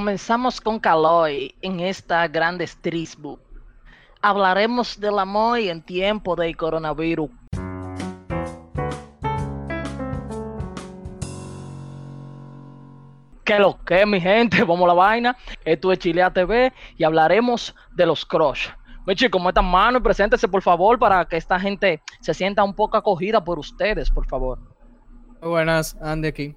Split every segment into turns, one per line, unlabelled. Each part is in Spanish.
Comenzamos con Caloi en esta grande trisbu. Hablaremos del amor en tiempo del coronavirus. ¿Qué lo que, mi gente? Vamos a la vaina. Esto es Chilea TV y hablaremos de los crush. Mi chico, metan mano y preséntese, por favor, para que esta gente se sienta un poco acogida por ustedes, por favor.
Muy buenas, Andy aquí.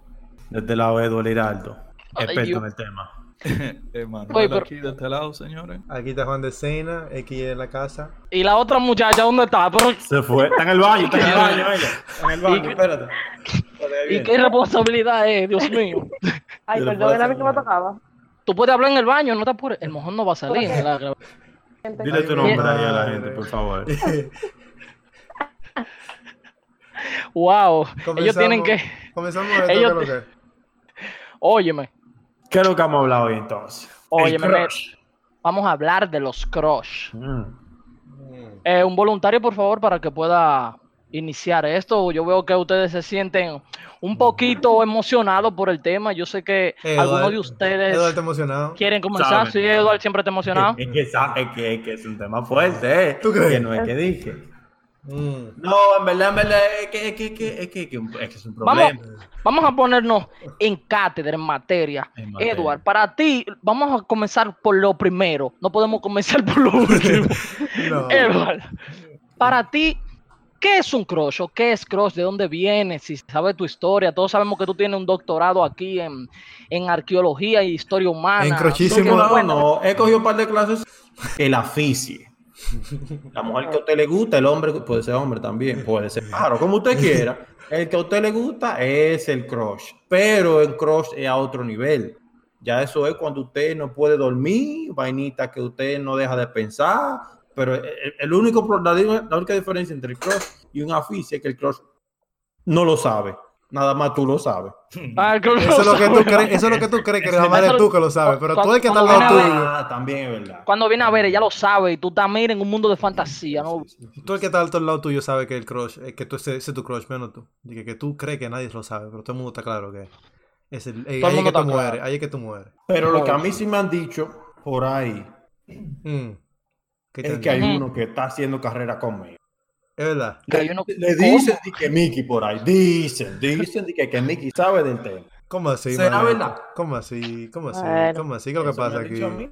De este lado, Eduardo Liraldo,
Ay,
experto
yo-
en el tema.
Emanuel
Oye, pero-
aquí de este lado, señores.
Aquí está Juan de Cena, X en la casa.
Y la otra muchacha, ¿dónde está? Pero,
Se fue. Está en el baño, está en el baño, ella. Está en el baño, espérate.
¿Y qué responsabilidad es, Dios mío?
Ay,
Yo le puedo
perdón, era a mí
hacer
que me
una-
tocaba.
Tú puedes hablar en el baño, no te apures. El mojón no va a salir. en la gra-
Gente.
Dile tu nombre ahí a la gente, por favor.
Wow. Ellos tienen
Comenzamos-
que.
Comenzamos esto
Ellos-
que lo que.
Óyeme,
¿Qué es lo que hemos hablado hoy entonces?
óyeme.
El
me-
crush.
Vamos a hablar de los crush.
Mm.
Eh, un voluntario, por favor, para que pueda iniciar esto. Yo veo que ustedes se sienten un poquito emocionados por el tema. Yo sé que
Eh,
algunos
Eduardo-
de ustedes
Eduardo está emocionado.
quieren comenzar.
Saben.
Sí, Eduardo siempre está emocionado.
Es, que, sa- es, que, es que es un tema fuerte, ¿eh?
¿Tú crees?
Que no es que dije.
Mm.
No, en verdad, en verdad, es que es, que, es, que, es, que, es que es un
Vamos,
problema.
vamos a ponernos en cátedra, en materia.
En materia.
Edward, para ti, vamos a comenzar por lo primero. No podemos comenzar por lo último.
No.
Edward, para ti, ¿qué es un crush? ¿O qué es crush? ¿De dónde viene? Si sabes tu historia. Todos sabemos que tú tienes un doctorado aquí en, en arqueología y historia humana.
En
Yo
crochísimo.
que no, no, he cogido un par de clases que la aficie. La mujer que a usted le gusta, el hombre puede ser hombre también, puede ser claro, como usted quiera. El que a usted le gusta es el crush, pero el crush es a otro nivel. Ya eso es cuando usted no puede dormir, vainita que usted no deja de pensar, pero el, el único, pro- la, la única diferencia entre el crush y un aficio es que el crush no lo sabe, nada más tú lo sabes.
Ah, el crush
Eso es lo que tú
sabe.
crees, eso es lo que tú crees, que nada más
Eso
eres
lo-
tú que lo sabes, pero
cuando-
tú el que está al
cuando
lado
viene
tuyo,
Ah, también es verdad.
Cuando viene a ver, ella lo sabe y tú también en un mundo de fantasía, ¿no?
tú el que está al otro lado tuyo sabe que el crush, eh, que tú ese ese es tu crush menos tú, y que, que tú crees que nadie lo sabe, pero todo el mundo está claro que es el, eh,
Todo el
ahí es
mundo
que
está
tú
claro.
mueres, ahí es que tú mueres.
Pero lo que a mí sí me han dicho por ahí
Mm. ¿Qué
es
tal?
que hay
Ujú.
uno que está haciendo carrera conmigo.
Es verdad.
Que yo no-
Le dicen di que Mickey por ahí, dicen, dicen di que, que Mickey sabe del tema.
¿Cómo así,
¿Será
mano?
verdad?
¿Cómo así? ¿Cómo así?
Bueno.
¿Cómo así? ¿Qué es lo que
Eso me
pasa
han
aquí?
dicho a mí.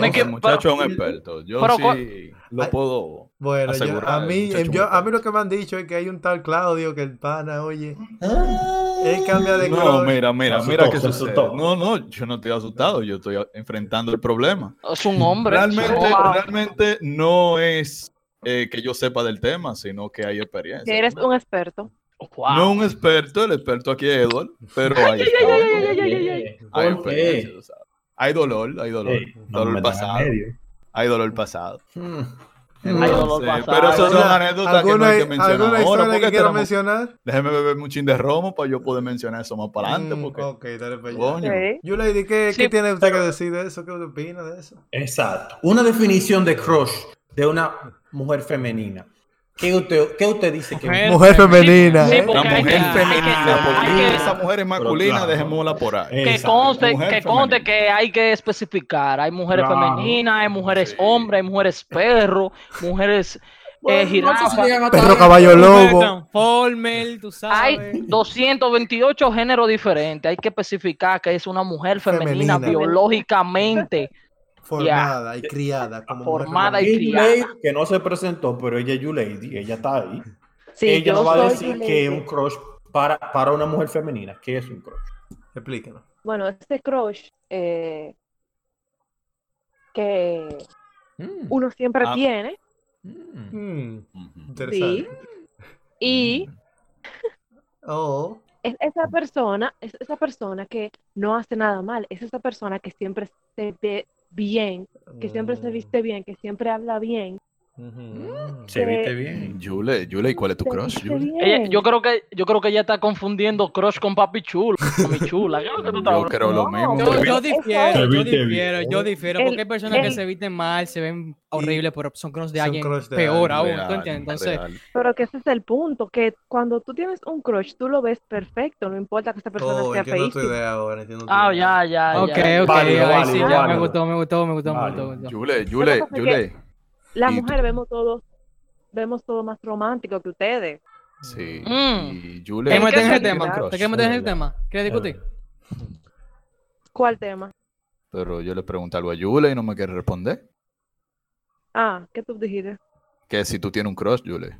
Me
un-
El
que-
muchacho es un experto. Yo
pero cu-
sí lo
Ay.
puedo.
Bueno, yo-
asegurar
a
el
mí, eh,
muchacho
yo- a
muerto.
mí lo que me han dicho es que hay un tal Claudio que el pana, oye, él cambia de
No,
color.
mira, mira,
Se
mira
asustó,
que
se
sucede.
asustó.
No, no, yo no estoy asustado, yo estoy enfrentando el problema.
Es un hombre. oh,
Realmente,
Wow.
realmente no es eh, que yo sepa del tema, sino que hay experiencia.
Que eres un experto.
Wow.
No un experto, el experto aquí es Edward, pero hay, hay
pues, ¿Por
pues,
qué?
experiencia, tú sabes. Hay dolor, hay dolor,
Ey, no
dolor
me metan en
pasado,
medio.
hay dolor pasado.
Mm.
Hmm. Ay, dolor
Entonces,
pasado.
pero esas son
¿Alguna-
anécdotas que no hay que mencionar
¿Alguna
ahora,
historia
porque
que quieras
tenemos-
mencionar?
Déjeme beber un chin de romo para yo poder mencionar eso más para adelante,
Mm,
porque
Ok, dale para allá.
coño,
Sí.
Yulady, ¿qué,
Sí,
¿qué tiene usted que decir de eso? ¿Qué opina de eso?
Exacto. Una definición de crush de una mujer femenina. ¿Qué usted, qué usted dice que
Mujer.
Mujer femenina.
Sí,
¿eh?
porque
la
hay que-
mujer
hay que-
femenina,
hay
porque
que-
esa mujer es masculina,
claro.
dejémosla por ahí.
Que
Exacto,
conste,
mujer
que conste
femenina.
que hay que especificar. Hay mujeres
Claro.
femeninas, hay mujeres
Sí.
hombres, hay mujeres perros, mujeres eh, jirafas.
Perro, caballo, lobo.
Transformer, tú sabes.
Hay 228 géneros diferentes. Hay que especificar que es una mujer femenina,
Femenina.
biológicamente.
Formada y criada. Como mujer
Formada
femenina.
y-
Yulady, que no se presentó, pero ella es Yulady, ella está ahí.
Sí,
ella
yo
no va a
soy
decir
Juliette.
que es un crush para, para una mujer femenina. ¿Qué es un crush?
Explíquenos.
Bueno, este crush eh, que uno siempre
Ah.
tiene
Mm,
Ujú.
sí,
interesante.
y
Oh,
es esa persona, es esa persona que no hace nada mal, es esa persona que siempre se ve bien, que siempre se
mm.
viste bien, que siempre habla bien,
mm.
Mm. Se viste
Mm.
bien.
Yule, Yule, ¿y cuál es tu
Se
crush,
viste
Yule?
Ella-
bien.
yo creo que yo creo que ella está confundiendo crush con papi chulo, mi chula. ¿Qué es lo que tú estás
Yo
hablando?
creo lo mismo.
Yo, yo
Eso-
difiero, yo
viste bien.
difiero, yo difiero, porque hay personas que
el-
se visten mal, se ven horribles, pero son cross de
Son
alguien
cross de
peor aún,
Real,
¿tú entiendes? Entonces,
real.
Pero que ese es el punto, que cuando tú tienes un crush, tú lo ves perfecto, no importa que esa persona
Oh,
sea
entiendo tu
feísima.
idea ahora. Entiendo tu
Ah,
idea.
ya, ya,
ok, ok,
ya.
Válido,
ahí sí, ya
válido,
me
válido.
gustó, me gustó, me gustó, me
Válido.
gustó. me gustó.
Yule, Yule,
pasa es
Yule.
La
Y tú-
mujer vemos todo, vemos todo más romántico que ustedes.
Sí.
Mm.
Y Yule.
¿Te quieres
Pero
meter en
que
el
son
tema?
crush,
¿Te quieres meter en el
¿verdad?
tema? ¿Quieres discutir?
¿Cuál tema?
Pero yo le pregunté algo a Yule y no me quiere responder.
Ah, ¿qué tú dijiste?
Que si tú tienes un crush, Yule.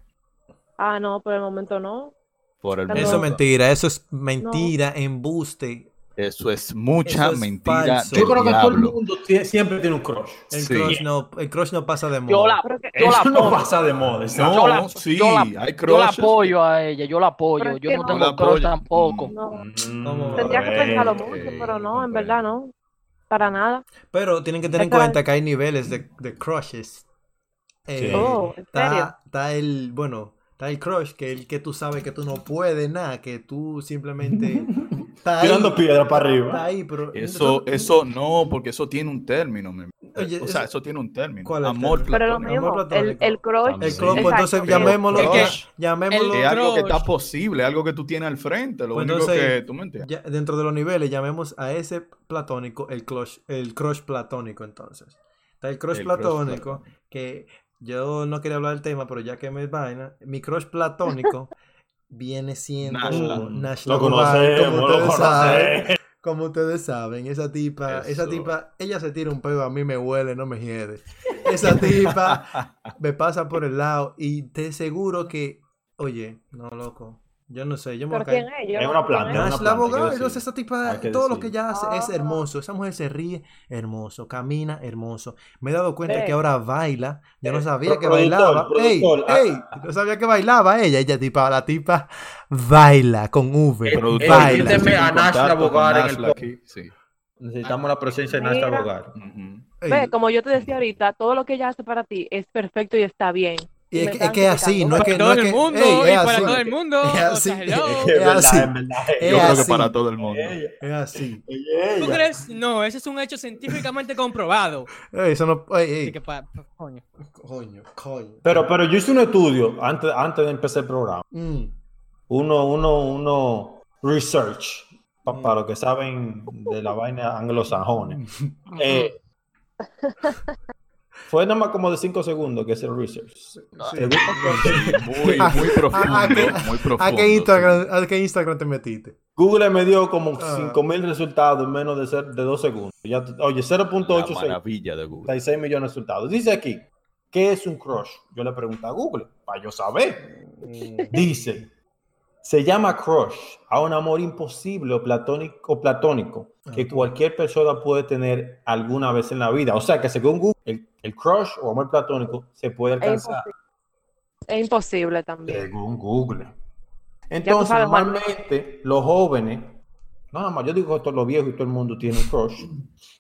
Ah, no, por el momento no.
Por el
Eso
Eso
momento.
es mentira, eso es mentira, embuste.
Eso es mucha
Eso es
mentira.
falso.
del
Yo creo que todo el
diablo.
mundo tie- siempre tiene un crush.
El,
Sí.
crush no, el crush no pasa de moda.
Yo la,
Pero que-
yo la
Eso no
apoyo.
pasa de moda. eso.
No,
yo la-
sí,
yo la-
hay
yo la
crushes.
apoyo a ella, yo la apoyo.
Pero es
Yo
que
no
no.
tengo
La
crush
apoya.
tampoco.
no.
¿Cómo?
Tendría que
eh,
Correcto,
pensarlo mucho, pero no, en verdad no. Para nada.
Pero tienen que tener en
Esa-
cuenta que hay niveles de, de crushes. Eh,
Sí.
Oh, ¿en serio?
está, está el, bueno, está el crush, que el que tú sabes que tú no puedes nada, que tú simplemente está ahí,
Tirando piedra para
está
arriba.
ahí, pero
Eso, eso no, porque eso tiene un término. mi-
Oye,
o sea,
eso-
eso tiene un término.
¿Cuál es el
Amor
término?
Pero lo
platónico.
Amor
mismo, el,
platónico.
el crush.
También.
el crush, pues, entonces
Exacto.
llamémoslo,
Es
crush,
que-
llamémoslo
el-
Es algo que está
Crush.
posible, algo que tú tienes al frente. Lo
Pues
único
entonces-
que tú me entiendes.
ya- dentro de los niveles, llamemos a ese platónico el crush, el crush platónico entonces. Está el crush
El crush
platónico, que yo no quería hablar del tema, pero ya que me vaina, mi crush platónico viene siendo
Nashla.
Nash
Mm. Lo
Lambourne,
conocemos,
como
lo
ustedes saben.
conocemos.
Como ustedes saben, esa tipa, esa
Eso.
tipa, ella se tira un pedo, a mí me huele, no me hiede. Esa tipa me pasa por el lado y te seguro que, oye, no loco, yo no sé, yo me voy
¿Pero
a caer.
quién es? Yo
Es
no
una
sé
planta,
quién es.
una
Nash
planta, hay
Ah, la
que
abogada,
decirlo.
entonces esa tipa,
Hay que
todo lo que
decirlo.
ella hace es
Ah.
hermoso. Esa mujer se ríe, hermoso, camina, hermoso. Me he dado cuenta
Sí.
que ahora baila. Yo no
Eh,
sabía
pro-
que
productor,
bailaba. ¡Ey!
productor, ah,
¡Ey! No sabía que bailaba ella. Ella tipa, la tipa baila con V.
Productor,
eh, baila.
necesito
entiéndeme a
un
Nashla
contacto con
Bogar en el
Nashla
podcast.
aquí, sí.
Necesitamos la presencia de Nash
Mira.
Abogar.
Ujú.
Ey,
Ve, como yo te decía ahorita, todo lo que ella hace para ti es perfecto y está bien.
y
me
es, que- es
están
que es así, no es
criticando.
Para todo
que no es que.
el mundo,
ey,
y
es
para
así,
todo el mundo.
Es
o
así.
sea, hello.
Es así. Es
Yo creo que
así. Eh.
para todo el mundo.
Es así.
¿Tú crees? No, ese es un hecho científicamente comprobado.
Ey, eso no. Ey,
Así
ey.
que pa- pa- coño.
Coño, coño.
Pero, pero yo hice un estudio antes, antes de empezar el programa.
Mm,
Uno, uno, uno, research. pa-
Mm.
Para los que saben de la vaina anglosajona. Eh, fue nada más como de 5 segundos que es el research.
sí.
Muy,
Ah,
muy profundo.
ah, que-
muy profundo.
¿A qué,
sí.
Instagram, ¿A qué Instagram te metiste?
Google me dio como
Ah.
5000 resultados en menos de, ser, de 2 segundos. Ya, tú- oye, 0.8
La
segundos.
maravilla de Google.
36 millones de resultados. Dice aquí, ¿qué es un crush? Yo le pregunto a Google, para yo saber. Dice, se llama crush a un amor imposible o platónico, o platónico que cualquier persona puede tener alguna vez en la vida. O sea que según Google, el, el crush o amor platónico se puede
Es
alcanzar
imposible. Es imposible también.
según Google.
Ya tú
Entonces,
sabes, Juan.
normalmente los jóvenes, no nada más, yo digo esto, los viejos y todo el mundo tiene un crush,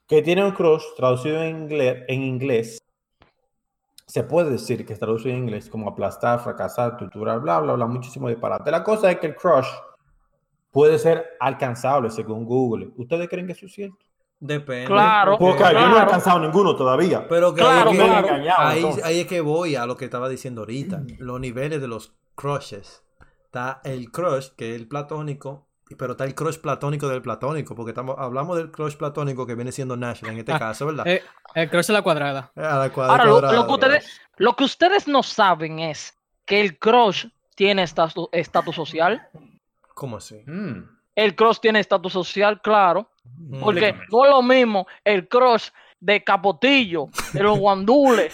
que tiene un crush traducido en inglés, en inglés, se puede decir que es traducido en inglés como aplastar, fracasar, torturar, bla, bla, bla, muchísimo disparate. La cosa es que el crush puede ser alcanzable según Google. ¿Ustedes creen que eso es cierto?
Depende.
Claro.
Porque
Claro.
yo no he alcanzado ninguno todavía.
Pero que
Claro,
ahí, es que-
claro.
Engañado,
ahí-
entonces.
ahí es que voy a lo que estaba diciendo ahorita. Los niveles de los crushes. Está el crush, que es el platónico, pero está el crush platónico del platónico, porque estamos, hablamos del crush platónico que viene siendo Nashville en este
Ah,
caso, ¿verdad?
Eh, el crush de la cuadrada.
A la cuadra-
Ahora, lo,
cuadrada,
lo que ustedes, lo que ustedes no saben es que el crush tiene estatu- estatus social.
¿verdad? ¿Cómo así?
Mm.
El crush tiene estatus social, claro.
Mm.
Porque
Explícame.
no es lo mismo el crush de Capotillo, de los guandules,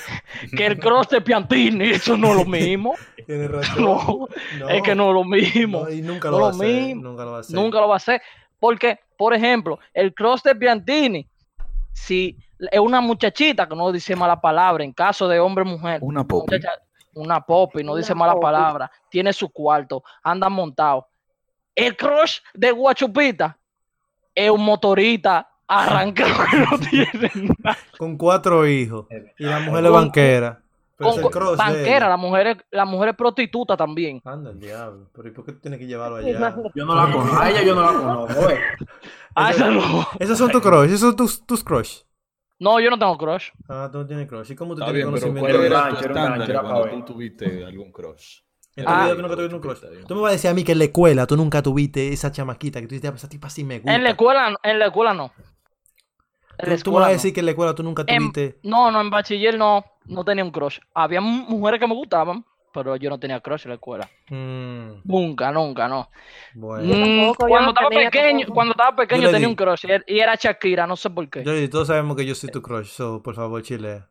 que el crush de Piantini. Eso no es lo mismo.
Tienes razón.
No, es que no es lo mismo.
No, y nunca
No
lo va a
lo
hacer.
mismo.
Nunca lo va a hacer.
Nunca lo va a hacer. Porque, por ejemplo, el cross de Piantini, si es una muchachita que no dice mala palabra, en caso de hombre-mujer,
Una pop.
muchacha- una popi, no
Una
dice mala
popi.
palabra, tiene su cuarto, anda montado. El crush de Guachupita es un motorista arrancado que no tiene nada.
Eh,
Con cuatro hijos. Y la mujer es
Con-
banquera. Pero es
con-
el crush de
banquera,
ella.
las mujeres las mujeres prostitutas también.
Anda, el diablo. Pero ¿y por qué tú tienes que llevarlo
Sí,
allá?
imagínate.
Yo no la conozco. A ella yo no la conozco. eh.
Ah,
Ese-
esa no.
Esos son tus crush, esos son tus, tus crush.
No, yo no tengo crush.
Ah, tú no tienes crush. ¿Y cómo tú
Está
tienes
bien, pero
conocimiento?
¿cuál
Era un
era tu
gancho, era un gancho,
estándar
era
cuando
pa'
tú
ver.
tuviste algún crush?
En tu
Ah.
vida tú nunca tuviste un crush. Tú me vas a decir a mí que en la escuela tú nunca tuviste esa chamaquita que tú dices, "Ah, pues, esa tipa sí me gusta.
En la escuela, en la escuela no. En la
Tú- tú, me vas
escuela
a
no. Em,
decir que en la escuela tú nunca
En-
tuviste.
no, no, en bachiller no, no tenía un crush. Había mu- mujeres que me gustaban, pero yo no tenía crush en la escuela.
Mm,
Nunca, nunca, no.
bueno.
Mm,
tampoco, yo
cuando,
no
estaba
tenía
pequeño,
tampoco.
cuando estaba
Yo
pequeño
le
tenía
di.
un crush y era- y era Shakira, no sé por qué.
Jordi, todos sabemos que yo soy tu crush, so por favor, chile.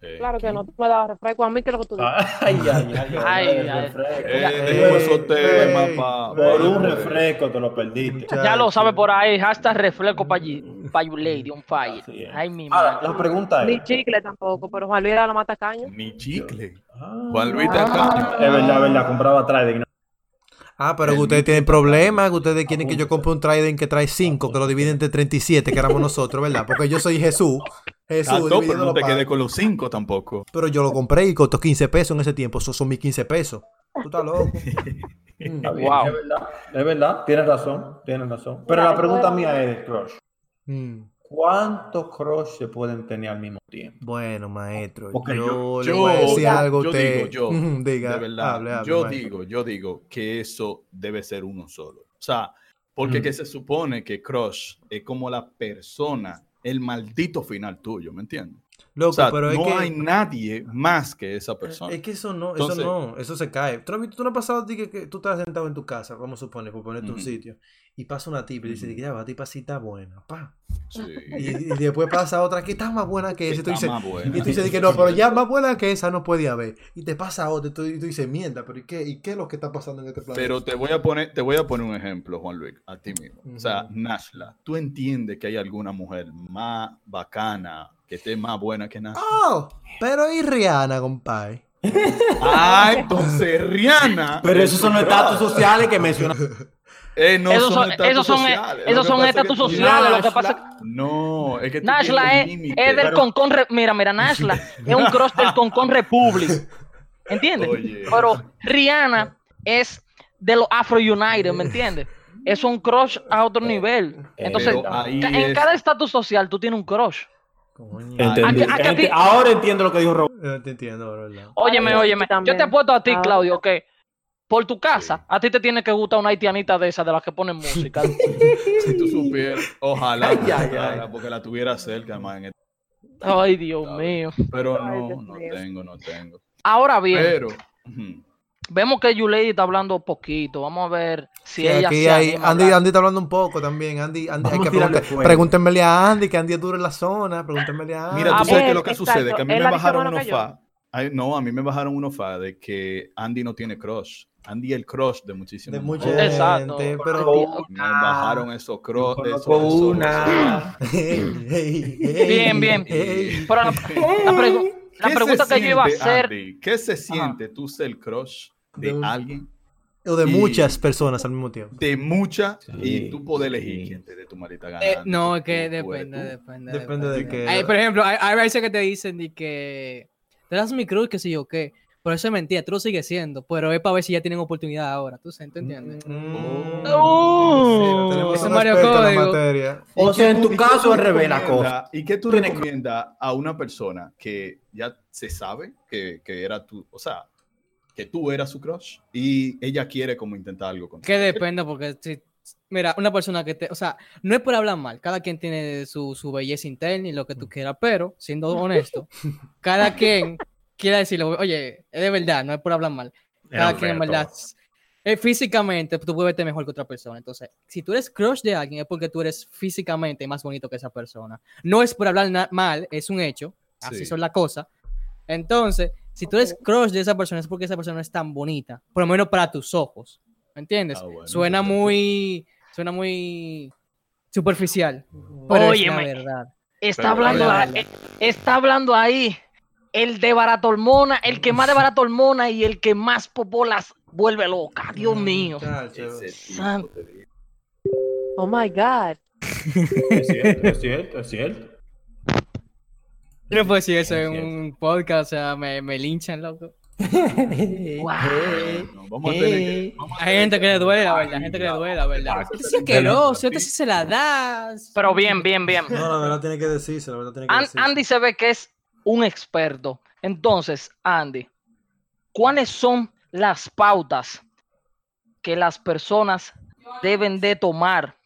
Eh,
Claro que no, tú me dabas refresco a mí que es lo que tú dices.
Ay, ay, ay.
Ay,
ay,
ay.
refresco.
Eh,
Ya-
dejemos
Ey,
esos temas
ey,
pa-
Por
ey.
un refresco te lo perdiste.
Ya lo sabe por ahí, hashtag reflejo para Lady on fire.
Así es.
Ay, mi
Ahora,
madre.
Ah, la pregunta es.
Ni chicle tampoco, pero Juan Luis era la mata caña.
Ni chicle.
Ah,
Juan Luis Ah, Tacaño.
Es verdad, es verdad, compraba trading. ¿no?
Ah, pero que ustedes tienen problemas, que ustedes quieren que yo compre un Trident que trae 5, que lo dividen entre 37, que éramos nosotros, ¿verdad? Porque yo soy Jesús. Jesús,
Tato, pero
dividiendo
no te
los
quedes
panes.
con los cinco tampoco.
Pero yo lo compré y costó 15 pesos en ese tiempo. Esos son mis 15 pesos. Tú estás loco. Mm.
Está bien,
Wow.
Es verdad, es verdad, tienes razón, tienes razón. Pero la pregunta mía es de crush.
Mm.
¿Cuántos crush se pueden tener al mismo tiempo?
Bueno, maestro,
Porque
yo,
yo-
le voy a
yo-
decir algo a
yo
usted.
digo, yo,
Ujú, Diga,
de verdad.
hable, hable,
yo
maestro.
digo, yo digo que eso debe ser uno solo. O sea, porque
Mm.
que se supone que crush es como la persona, el maldito final tuyo, ¿me entiendes?
Loco,
o sea,
pero es
no
que... Eh,
hay nadie más que esa persona.
Es que eso no,
Entonces-
eso no, eso se cae. ¿Tú, no has visto- tú no has pasado a ti que, que tú estás sentado en tu casa, vamos a suponer, por ponerte un
Ujú.
sitio, y pasa una tipa y dice,
Ujú.
ya, la tipa sí está buena, pa. Y,
Sí.
y después pasa otra que está más buena que esa, y eh, tú
Está
dices,
más buena.
y tú dices, de que no, pero ya más buena que esa no puede haber. Y te pasa otra, y tú, y tú dices, mierda, pero ¿y qué, ¿y qué es lo que está pasando en este planeta?
Pero te voy a poner, te voy a poner un ejemplo, Juan Luis, a ti mismo. O sea,
Ujú.
Nashla, ¿tú entiendes que hay alguna mujer más bacana, que esté más buena que Nashla?
¡Oh! Pero ¿y Rihanna, compadre?
Ah, entonces Rihanna.
Pero esos son los estatus sociales que mencionaste.
Eh, no
esos
son
son,
estatus
esos son,
sociales.
esos
Lo
son
que pasa es que
estatus
tú-
sociales. Lo que pasa es que
No, es que tú
Nashla
tienes
es,
un
es
límite.
del Concon. Re- Mira, mira, Nashla es un cross del Concon Republic. ¿Entiendes?
Oye.
Pero Rihanna es de los Afro United, ¿me entiendes? Es un crush a otro nivel. Entonces,
Eh, pero ahí
ca- en
es-
cada estatus social tú tienes un crush.
Coño.
Entendí.
¿A que- a que a ti-
Ent- Ahora entiendo lo que dijo Roberto.
No te entiendo, bro, ¿verdad?
Óyeme,
Ahora,
óyeme. Yo te
también.
apuesto a ti,
Ahora.
Claudio, que por tu casa, a ti te tiene que gustar una haitianita de esas, de las que ponen música.
Si tú supieras, ojalá,
Ay, ay,
ojalá, porque la tuviera cerca, man, en este-
Ay, Dios mío.
Pero
Ay,
no,
Dios
no
mío.
tengo, no tengo.
Ahora bien,
Eh.
Pero, ujú,
vemos que Yulei está hablando poquito. Vamos a ver si
Sí,
ella
aquí
se
hay,
anima a
Andy,
hablar.
Andy está hablando un poco también. Andy, Andy hay
Vamos
que
a tirarle
preguntar-
fuego.
pregúntenmele a Andy, que Andy es duro en la zona. Pregúntenmele a Andy.
mira,
Ah,
tú sabes
él,
que lo que sucede,
exacto,
que a mí
él
me
la hizo
bajaron
bueno
unos
que yo.
fa. Ay, no, a mí me bajaron unos fa de que Andy no tiene crush. Andy es el crush de muchísimas
de mucha
mujeres.
Exacto.
gente,
Ay,
pero...
Dios.
Me bajaron esos crush.
Yo
esos-
conozco
esos-
una.
bien,
Bien, bien.
Ey.
Pero la, la pregu- la
¿Qué
pregunta
se
que yo iba a
siente,
hacer.
Andy? ¿Qué se siente tú ser crush de,
De un-
alguien,
O de
Y-
muchas personas al mismo tiempo.
de mucha,
Sí,
y tú poder elegir
sí.
quién te dé tu maleta gana?
Eh, no, es que
Tú- tú eres
depende,
tú.
depende.
Depende de qué.
Ay, por ejemplo, hay, hay veces que te dicen de que te das mi cruz, que sé yo qué. Por eso es mentira, tú lo sigues siendo, pero es para ver si ya tienen oportunidad ahora. ¿Tú, se- tú entiendes?
Mm.
Oh.
Sí, tenemos
Ese
un
Mario
experto en la
Código.
materia.
¿Y
O
qué
sea, en
tú-
tu
y qué tú
caso es revés la
recomiendas-
cosa.
¿Y qué tú
Tienes-
recomiendas a una persona que ya se sabe que, que era tú, o sea, que tú eras su crush y ella quiere como intentar algo
Que
contigo?
depende, porque si, mira, una persona que te, o sea, no es por hablar mal, cada quien tiene su, su belleza interna y lo
Mm.
que tú quieras, pero siendo honesto, cada quien quiera decirlo, oye, es de verdad, no es por hablar mal, cada quien Ah, en verdad, eh, físicamente tú puedes verte mejor que otra persona, entonces, si tú eres crush de alguien es porque tú eres físicamente más bonito que esa persona, no es por hablar na- mal, es un hecho, así
Sí.
son las cosas, entonces, si tú eres crush de esa persona es porque esa persona no es tan bonita, por lo menos para tus ojos. ¿Me entiendes?
Ah, bueno,
suena
perfecto.
muy suena muy superficial, pero
Óyeme.
es la verdad.
Está
Pero
hablando,
la-
a- eh, está hablando ahí el de barato hormona, el que más de barato hormona y el que más popolas vuelve loca. Dios
Mm.
mío.
Chacho.
Ese
Ah.
tipo de-
Oh my God.
Es cierto, es cierto, es cierto.
Yo no puedo decir eso
Es
en
cierto.
un podcast, o sea, me, me linchan, loco.
Guau.
No, vamos a tener que-
Eh.
vamos a
Hay
tener
gente que le duele, la
Ay,
verdad, hay gente que le
mira,
duele, la verdad.
pasa?
Que Este sí, que no, si sí se la da.
Pero bien, bien, bien.
No, la verdad tiene que decirse, la verdad tiene que
An-
decirse.
Andy se ve que es un experto. Entonces, Andy, ¿cuáles son las pautas que las personas deben de tomar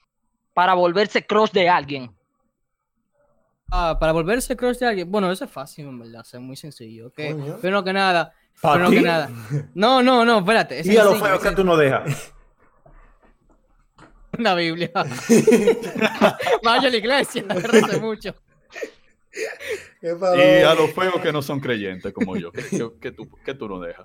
para volverse crush de alguien?
Ah, para volverse crush de alguien, bueno, eso es fácil, en verdad, o sea, es muy sencillo. ¿ok?
Coño.
Primero que nada,
¿Pa'
primero que
ti?
nada. No, no, no, espérate. Es
Y a lo
sencillo,
feo
es
que tú no dejas.
Una Biblia. Vaya a la iglesia, rece mucho.
Y a los feos que no son creyentes como yo, que, que- que tú, que tú no dejas.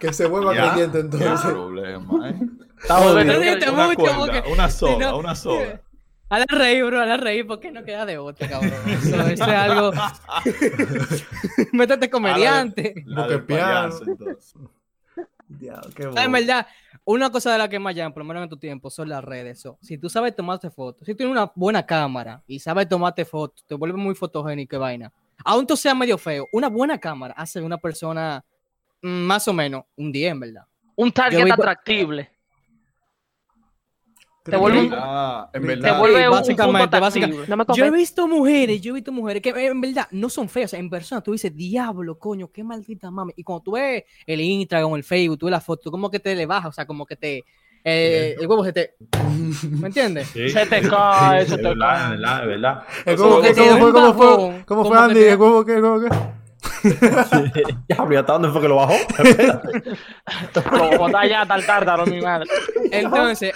Que se vuelva
Ya.
creyente
¿Qué
entonces.
problema, eh?
Te
Creo que
ríete
una
mucho,
cuerda,
porque
una
si
sola,
no-
una sola.
A la reír, bro, a la reír, porque no queda de otra, cabrón. Eso, eso es algo. Métete comediante.
La
Porque
del payaso, entonces.
Diablo, qué
Ah, En
bobo.
verdad, una cosa de la que más llaman, por lo menos en tu tiempo, son las redes. so, si tú sabes tomarte fotos, si tienes una buena cámara y sabes tomarte fotos, te vuelves muy fotogénico y vaina. Aún tú seas medio feo, una buena cámara hace de una persona mm, más o menos un 10, en verdad.
Un target
voy con-
atractible.
Creo
te
que-
vuelve un-
Ah, en
Te
verdad.
vuelve un- un
básicamente,
punto
básicamente.
atractivo.
No me
Yo he
convence.
visto mujeres, yo he visto mujeres que eh, en verdad no son feas. o sea, en persona tú dices, diablo, coño, qué maldita mami. Y cuando tú ves el Instagram, el Facebook, tú ves la foto, tú como que te le baja, o sea, como que te. eh, el huevo se te. ¿Me entiendes?
Se te cae, se te
Es verdad, es
cae.
verdad, es verdad.
El huevo
Como
que,
que te
¿cómo fue?
da un
¿Cómo fue?
bajón,
¿Cómo fue
como que
Andy?
te da-
¿El huevo que, el huevo que?
Ya, pero ¿hasta dónde fue que lo bajó?
Lo botá ya tal tártaro, mi madre.
Entonces,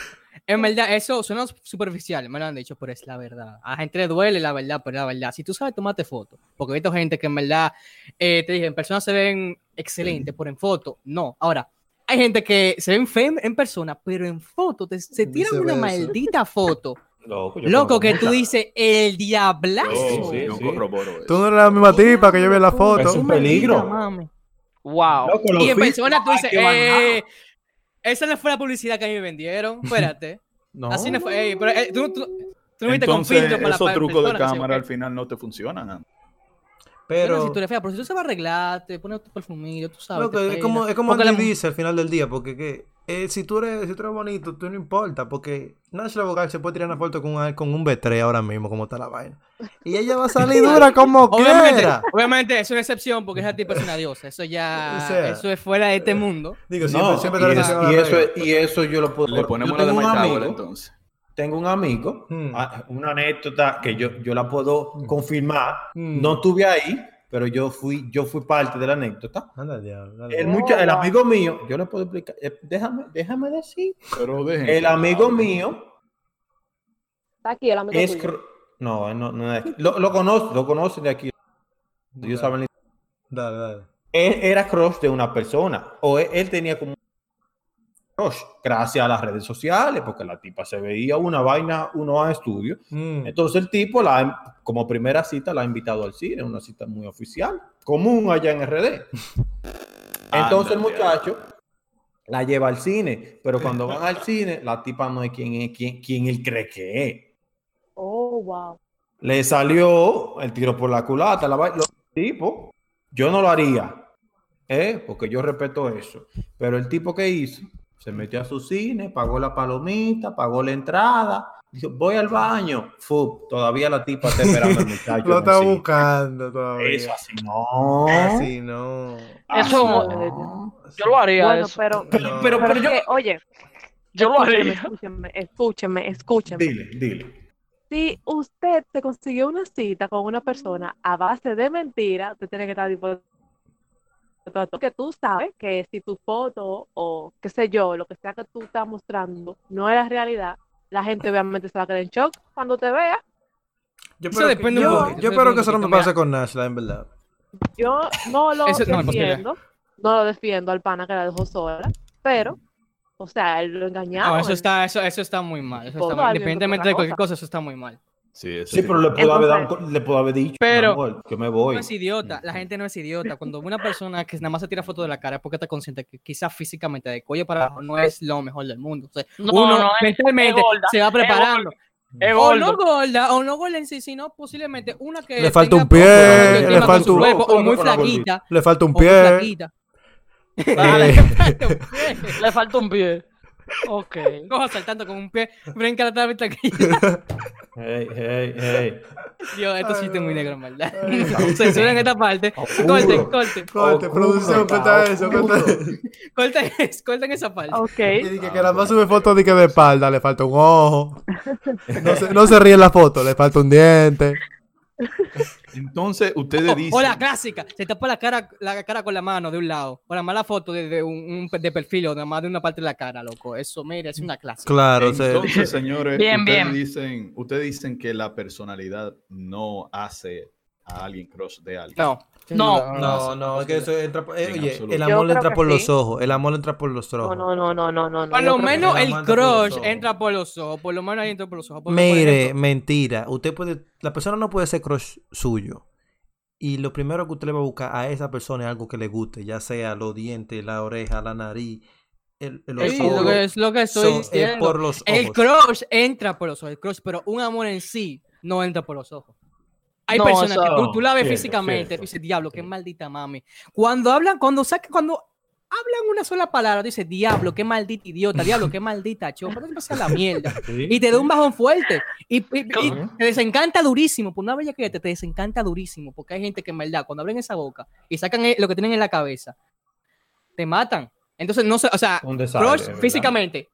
en verdad, eso suena superficial, me lo han dicho, pero es la verdad. A la gente le duele la verdad, pero es la verdad. Si tú sabes, tomarte fotos. Porque he visto gente que en verdad, eh, te dije, en persona se ven excelentes, pero en foto, no. Ahora, hay gente que se ven fem en persona, pero en foto, te- se tiran una
Viceversa.
maldita foto.
Loco, yo
Loco,
conozco
que tú
mucha.
dices, el
Yo,
diablazo.
Sí,
yo
sí.
corroboro eso.
Tú no eres la misma tipa que yo vi en la
Es
foto.
un peligro.
Maldita mami.
Wow.
Loco, los
Y en
filtros,
persona tú
hay
dices,
que bajarlos.
eh, esa no fue la publicidad que a mí me vendieron, espérate.
No.
Así no fue. Ey, pero, eh, tú, tú, tú no viste con
Entonces,
filtro para la
esos
pa-
trucos de
persona, que
cámara al
se-
final no te funcionan. ah.
Bueno,
Pero
si tú eres fea, pero si tú se va a arreglar, te pones tu perfumillo, tú sabes.
loco,
te
es como,
peinas.
es como
Porque
Andy
la mu-
dice al final del día, porque que, eh, si, tú eres, si tú eres bonito, tú no importa, porque Nashla Bogal se puede tirar una foto con, un- con un B3 ahora mismo, como está la vaina. Y ella va a salir dura como
Obviamente,
quiera.
obviamente es una excepción porque esa tipo es una diosa. Eso ya.
O sea,
eso es fuera de este mundo.
Digo, siempre,
No,
siempre
y,
te
la
es- y
relacionas a la
eso,
regla.
es- y eso yo lo puedo.
Le ponemos
yo
la de
tengo un
Maitábola,
amigo-
entonces.
Tengo un amigo,
Hmm.
ah, una anécdota que yo, yo la puedo confirmar.
Hmm.
No estuve ahí, pero yo fui, yo fui parte de la anécdota.
Anda, diablo, dale.
El,
Oh,
mucha- el
wow.
amigo mío, yo le puedo explicar, eh, déjame, déjame decir.
Pero dejen
El
que
amigo
hablen.
mío
Está aquí el amigo
pues.
es...
tuyo.
cro- No, no, no es de aquí. Lo, lo conoce, lo conoce de aquí. Ellos saben la
Dale, dale.
él era crush de una persona o e, él, él tenía como un crush gracias a las redes sociales porque la tipa se veía una vaina uno a estudio
Mm.
entonces el tipo la ha- como primera cita la ha invitado al cine una cita muy oficial común allá en RD entonces el
Ándale,
muchacho la lleva al cine pero cuando van al cine la tipa no es quien es quien, quien él cree que es
Oh, wow.
le salió el tiro por la culata. La, vai- los tipos, yo no lo haría, ¿eh? porque yo respeto eso. Pero el tipo que hizo, se metió a su cine, pagó la palomita, pagó la entrada, dijo, voy al baño. Fu, todavía la tipa está esperando al
Lo
muchacho. en el
está
cine.
buscando todavía.
Eso así no.
Así no.
Eso-
Ah,
eh,
no.
Yo lo haría
Bueno, pues,
eso.
pero,
Pero-
pero-
pero
pero yo-
es que, oye,
Yo lo haría.
escúchenme, escúchenme, escúchenme.
Dile, dile.
Si usted se consiguió una cita con una persona a base de mentira, usted tiene que estar dispuesto a todo. que tú sabes que si tu foto o qué sé yo, lo que sea que tú estás mostrando no es la realidad, la gente obviamente se va a quedar en shock cuando te vea.
Yo
Eso
espero que-
depende
yo-
un poquito, eso
Yo espero que
depende
eso no
un
me
poquito.
pase con Nashla, en verdad.
Yo no lo
Eso no es posible.
defiendo, no lo defiendo al pana que la dejó sola, pero, o sea, él lo engañaron.
No, eso está, eso, eso está muy mal. Eso
Todo
está mal.
alguien
Independientemente
toca
de
la
cualquier cosa, eso está muy mal.
Sí, ese
Sí, pero le pudo,
Entonces-
haber, dado un co- le pudo haber dicho,
Pero- pues
mi amor, yo me
No
voy.
es idiota, la gente no es idiota. Cuando una persona que nada más se tira foto de la cara es porque está consciente que
Ah,
quizás físicamente de cuello para abajo no eh, es lo mejor del mundo. O sea,
No,
uno
no, es-
mentalmente
es gorda,
se va preparando.
Es
O
gordo.
no gorda, o no gorda en sí, sino posiblemente una que.
Le falta
tenga
un pie,
problemas de
le
tema con
falta
su
un-
cuerpo, O muy
con la gordita.
flaquita.
Le falta
o
un
muy
pie. Eh.
flaquita. Ah,
Vale.
Falta un pie.
Le falta un pie. Ok.
Coja saltando con un pie, brinca la tabla que
Hey, hey, hey.
Dios, esto sí está muy negro, en maldad.
Ay,
Censuren esta parte.
Oscuro.
Corten, corten,
Corte,
Oscuro,
producción,
está
cuenta eso,
oscuro.
cuenta eso.
corten, corten esa parte.
Y
Ok.
dije que nada más sube fotos de que de espalda, le falta un ojo. No se, no se ríe en la foto, le falta un diente.
Entonces, ustedes dicen.
Oh, O la clásica, se tapa la cara, la cara con la mano de un lado. O la mala foto de, de un, un- de perfil o nada más de una parte de la cara, loco. Eso, mira, es una clásica.
Claro, se-
Entonces, señores,
Bien,
ustedes,
bien.
Dicen, ustedes dicen que la personalidad no hace a alguien crush de alguien.
No. sin
No.
duda,
No, no, es que eso entra. por- eh,
En
oye,
absoluto.
el
Yo
amor
creo
entra
que
por los
sí.
ojos. El amor entra por los
No,
ojos.
no, no, no, no, no.
Por
yo
lo
creo que
menos
no.
el
manda por los
crush
ojos.
entra por los ojos. Por lo menos ahí entra por los ojos. porque, por
Mire,
ejemplo,
mentira. Usted puede, la persona no puede ser crush suyo. Y lo primero que usted le va a buscar a esa persona es algo que le guste, ya sea los dientes, la oreja, la nariz, el, el
sí,
ojos.
lo que es lo que estoy
Son- es
diciendo.
eh, por los ojos.
El crush entra por los ojos, el crush, pero un amor en sí no entra por los ojos. Hay
No,
personas que
eso-
tú, tú la ves
cierto,
físicamente,
cierto.
tú dices, diablo, qué maldita mami. Cuando hablan, cuando sacan, cuando hablan una sola palabra, tú dices, diablo, qué maldita idiota, diablo, qué maldita chopa, te pasa la mierda.
Sí.
Y te da un bajón fuerte. Y, y- y
Claro.
te desencanta durísimo. Por una bella que te, te desencanta durísimo. Porque hay gente que en verdad, cuando abren esa boca y sacan eh, lo que tienen en la cabeza, te matan. Entonces, no sé, o sea,
Un
Crush
desastre. físicamente
físicamente.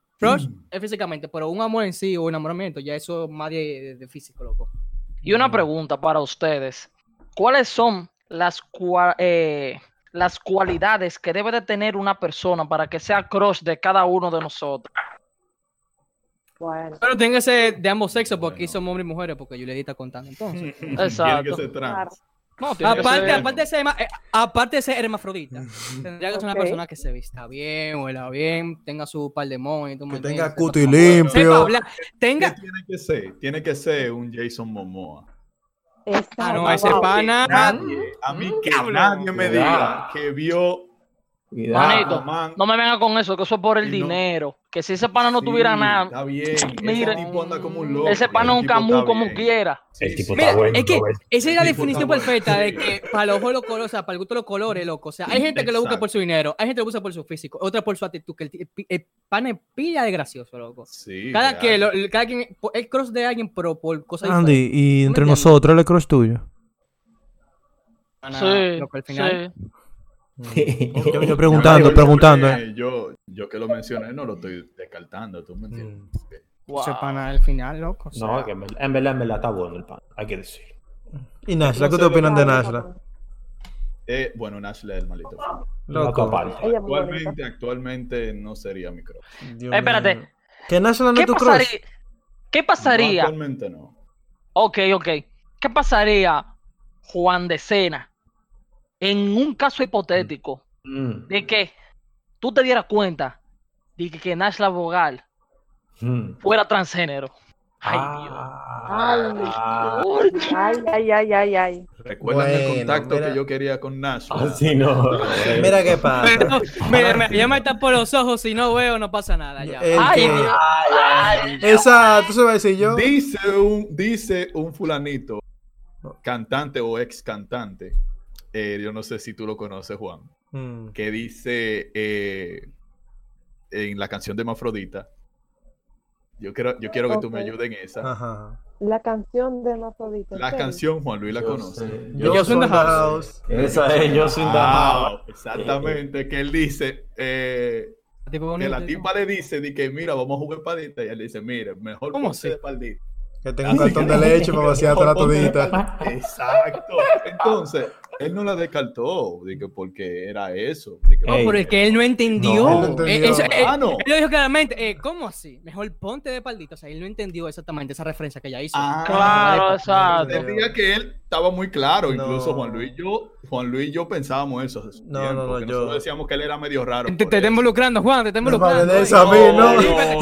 Crush es físicamente, pero un amor en sí o enamoramiento, ya eso es más de, de- de físico, loco.
Y una pregunta para ustedes. ¿Cuáles son las, cua- eh, las cualidades que debe de tener una persona para que sea crush de cada uno de nosotros?
Bueno.
Pero tiene que ser de ambos sexos, porque aquí
Bueno.
somos hombres y mujeres, porque yo le está contando entonces.
Tiene
Exacto.
que ser trans.
No, tiene que
aparte,
ser-
aparte, de ser, ma- eh, aparte de ser hermafrodita, tendría que ser una
Ok.
persona que se vista bien, huela bien, tenga su par de moños. tú me
Que
entiendes,
tenga
sepa
cuto y
cómo-
limpio.
sepa hablar,
¿Qué
Tenga.
tiene que ser? Tiene que ser un Jason Momoa.
Exacto.
Ah, no, ese
wow.
pana.
Nadie, a mí que nadie me diga que vio
Manito,
a Aquaman
No me venga con eso, que eso es por el
Y no-
dinero. Que si ese pana no
Sí,
tuviera nada,
Está bien.
Mira,
ese tipo anda como un loco.
ese pana
el
es un
tipo está
camú como
bien.
quiera.
Sí,
El tipo
sí.
Mira,
está bueno.
es que
¿ves?
esa es la
Sí,
definición
puta, bueno.
perfecta de que para los ojos los colores, o sea, para el gusto los colores, loco. O sea, hay gente que lo busca
Exacto.
por su dinero, hay gente que lo busca por su físico, otra por su actitud, que el, ti- el pi- el pan es pila de gracioso, loco.
Sí,
Cada
real.
que lo- el- cada quien, po- el cross de alguien, pero por cosas diferentes.
Andy, y
¿Tú me
entre
entiendes?
nosotros, el crush tuyo.
Pana,
Sí,
loco, al final.
sí.
Mm. eh,
Yo, yo preguntando,
Yo-
preguntando.
Yo,
¿eh?
yo, yo que lo mencioné no lo estoy descartando, tú me
Mm.
entiendes.
Wow.
Ese pana al final, loco. o sea,
No, que en verdad, en verdad, en verdad está bueno el pan. Hay que decirlo.
Y Nashla, ¿qué te opinan de Nashla?
Eh, bueno, Nashla es el maldito.
Loco, aparte.
Ella es muy bonita.
Actualmente, actualmente no sería mi crush.
Dios
Eh, espérate.
mío. Que Nashla no es
¿Qué
tu crush.
pasaría? ¿Qué
No,
pasaría?
actualmente no.
Ok, ok. ¿Qué pasaría, Juan de Cena, en un caso hipotético
Mm,
de que tú te dieras cuenta de que, que Nashla Bogal
mm.
fuera transgénero? Ay,
Ah,
Dios.
Ay, ay, ay, ay, ay.
Recuerdan
Bueno,
el contacto
mira.
que yo quería con Nashla.
Ah,
Así no.
Mira qué pasa.
Mira, me- ya me está por los ojos, si no veo, no pasa nada. Ya.
El
Ay,
que-
Dios.
Esa, tú se va a decir yo.
Dice un, dice un fulanito, cantante o ex cantante, eh, yo no sé si tú lo conoces, Juan,
Mm.
que dice eh, en la canción de Mafrodita. Yo quiero, yo quiero que tú me
Ok.
ayudes en
Ah.
esa.
Ajá.
La canción de Mafrodita.
La
¿sí?
canción, Juan Luis la
Yo
conoce.
sé.
Yo,
Yo soy the
soy the
house.
house.
Esa es, yo soy
Ah,
Dama.
exactamente, que él dice, eh,
Tipo
que
bonito,
la tipa le dice, di que mira, vamos a jugar espaldita, y él dice, mire, mejor
¿Cómo
ponte
así?
de espaldita.
Que
Ah,
tengo un cartón de leche para vaciar la todita.
Exacto. Entonces, él no la descartó, de que porque era eso. de que-
No,
Ey.
porque él no entendió.
No, él no
Eh,
entendió.
eso- eh,
Mano.
él lo dijo claramente. eh, ¿Cómo así? Mejor ponte de paldito. O sea, él no entendió exactamente esa referencia que ella hizo.
Ah,
Claro, exacto.
Entendía que él estaba muy claro,
No.
incluso Juan Luis y yo, Juan Luis y yo pensábamos eso. hace
No,
tiempo,
no, no,
que
yo-
Nosotros decíamos que él era medio raro.
Te,
por
te está
eso.
involucrando, Juan, te está
No me
involucrando.
hables de eso
Oye,
a mí, no.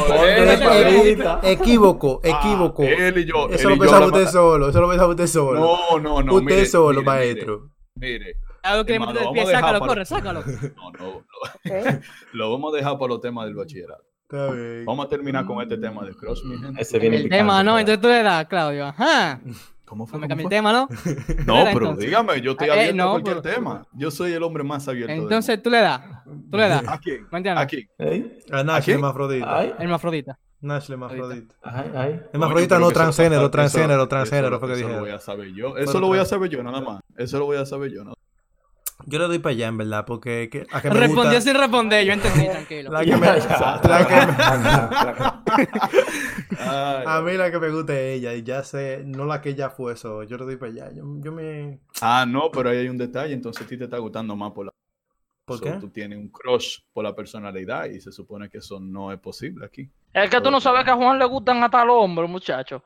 Ponte de espaldita.
Equívoco, equívoco.
Ah, él y
Eso
yo. él
lo
y yo la
pensaba usted
mata-
solo, eso lo pensaba usted solo.
No, no, no.
Usted
mire,
solo,
mire,
maestro.
Mire, mire.
algo que le metes
Hermano,
el pie,
vamos a dejar
sácalo,
para-
corre, sácalo.
No, no,
Ok.
lo, lo vamos a dejar para los temas del bachillerato.
Está bien.
Vamos a terminar con este tema de Cross, mi gente.
Ese viene
El
picante,
tema, ¿no?
¿verdad?
Entonces tú le das, Claudio. Ajá.
¿Cómo
No
fue?
me cambié el
¿Cómo fue?
tema, ¿no?
No,
Era,
pero
entonces.
dígame, yo estoy
Ah, eh,
abierto
no,
a cualquier
pero-
tema. Yo soy el hombre más abierto. del
Entonces tú le das. Tú le das.
mundo. ¿a quién?
¿Me entiendes?
¿A quién?
Ey,
A Nashle
quién?
Mafrodita.
ay,
Hermafrodita.
Nashle Mafrodita.
ay, ay.
Oye,
Hermafrodita
yo
no,
creo que eso-
transgénero,
eso-
transgénero,
eso-
transgénero
eso-
fue que
Eso lo
dijeron.
voy a saber yo.
Fue
Eso lo voy a
trans-
saber yo, nada más. Eso lo voy a saber yo. nada más.
Yo le doy para allá, en verdad, porque que- la que me
Respondió
gusta,
sin responder, yo entendí, tranquilo.
la que me- la que-
Ah,
Ay,
a mí la que me gusta es ella, y ya sé, no la que ella fue eso, yo le doy para allá. Yo, yo me...
Ah, no, pero ahí hay un detalle. Entonces a ti te está gustando más por la.
¿Por
so,
qué?
Tú tienes un crush por la personalidad y se supone que eso no es posible aquí.
Es que tú no sabes que a Juan le gustan hasta los hombros, muchacho.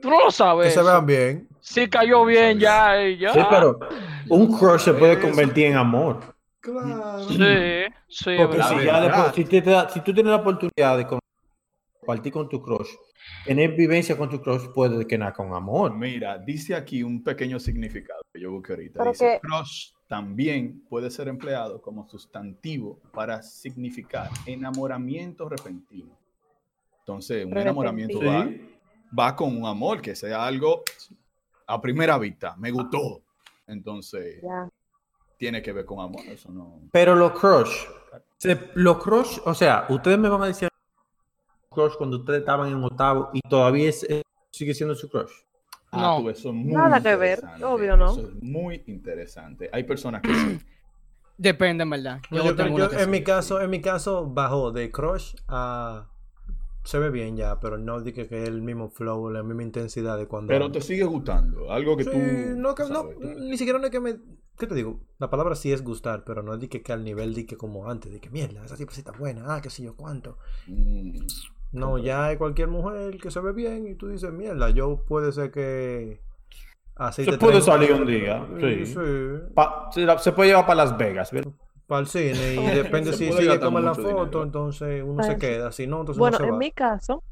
Tú no lo
Que
sabes.
se vean bien.
Mm.
Sí cayó bien ya y ya.
Sí, pero un crush se puede
Eso.
convertir en amor.
Claro.
Sí, sí, es
Porque
verdad.
si, ya
verdad.
después- si, te- te da- si tú tienes la oportunidad de con- compartir con tu crush, tener vivencia con tu crush, puede que nazca un amor.
Mira, dice aquí un pequeño significado que yo busqué ahorita.
Pero
dice,
que-
crush también puede ser empleado como sustantivo para significar enamoramiento repentino. Entonces, un enamoramiento va, va con un amor, que sea algo a primera vista, me gustó. Entonces,
Ya.
tiene que ver con amor, eso no.
Pero los crush, se- los crush, o sea, ustedes me van a decir crush cuando ustedes estaban en octavo y todavía es- eh, sigue siendo su crush.
Ah,
No.
tú, eso es muy
Nada que ver,
interesante,
obvio, ¿no?
Eso es muy interesante. Hay personas que sí.
Depende, en verdad.
Yo,
Yo,
yo-
tengo
yo-
una que
en
sí.
mi caso, en mi caso bajó de crush a se ve bien ya, pero no dije que es el mismo flow, la misma intensidad de cuando.
Pero te sigue gustando, algo que
Sí,
tú.
no, que- no,
sabes, tú-
ni siquiera no es que me ¿Qué te digo? La palabra sí es gustar, pero no dije que al nivel dije como antes, de que mierda, esa tipa sí está buena, ah, qué sé yo cuánto.
Mm.
No, ya hay cualquier mujer que se ve bien y tú dices, mierda, yo puede ser que así
Se
te
puede
traigo-
salir un día,
Sí,
sí.
sí.
Pa- se, la- se puede llevar para Las Vegas. ¿verdad?
para el cine y depende
Se
si
puede
sigue
gastar
como en la
mucho
foto,
dinero.
entonces uno se
Parece.
queda, si no, entonces
Bueno,
uno se
en
va.
mi caso,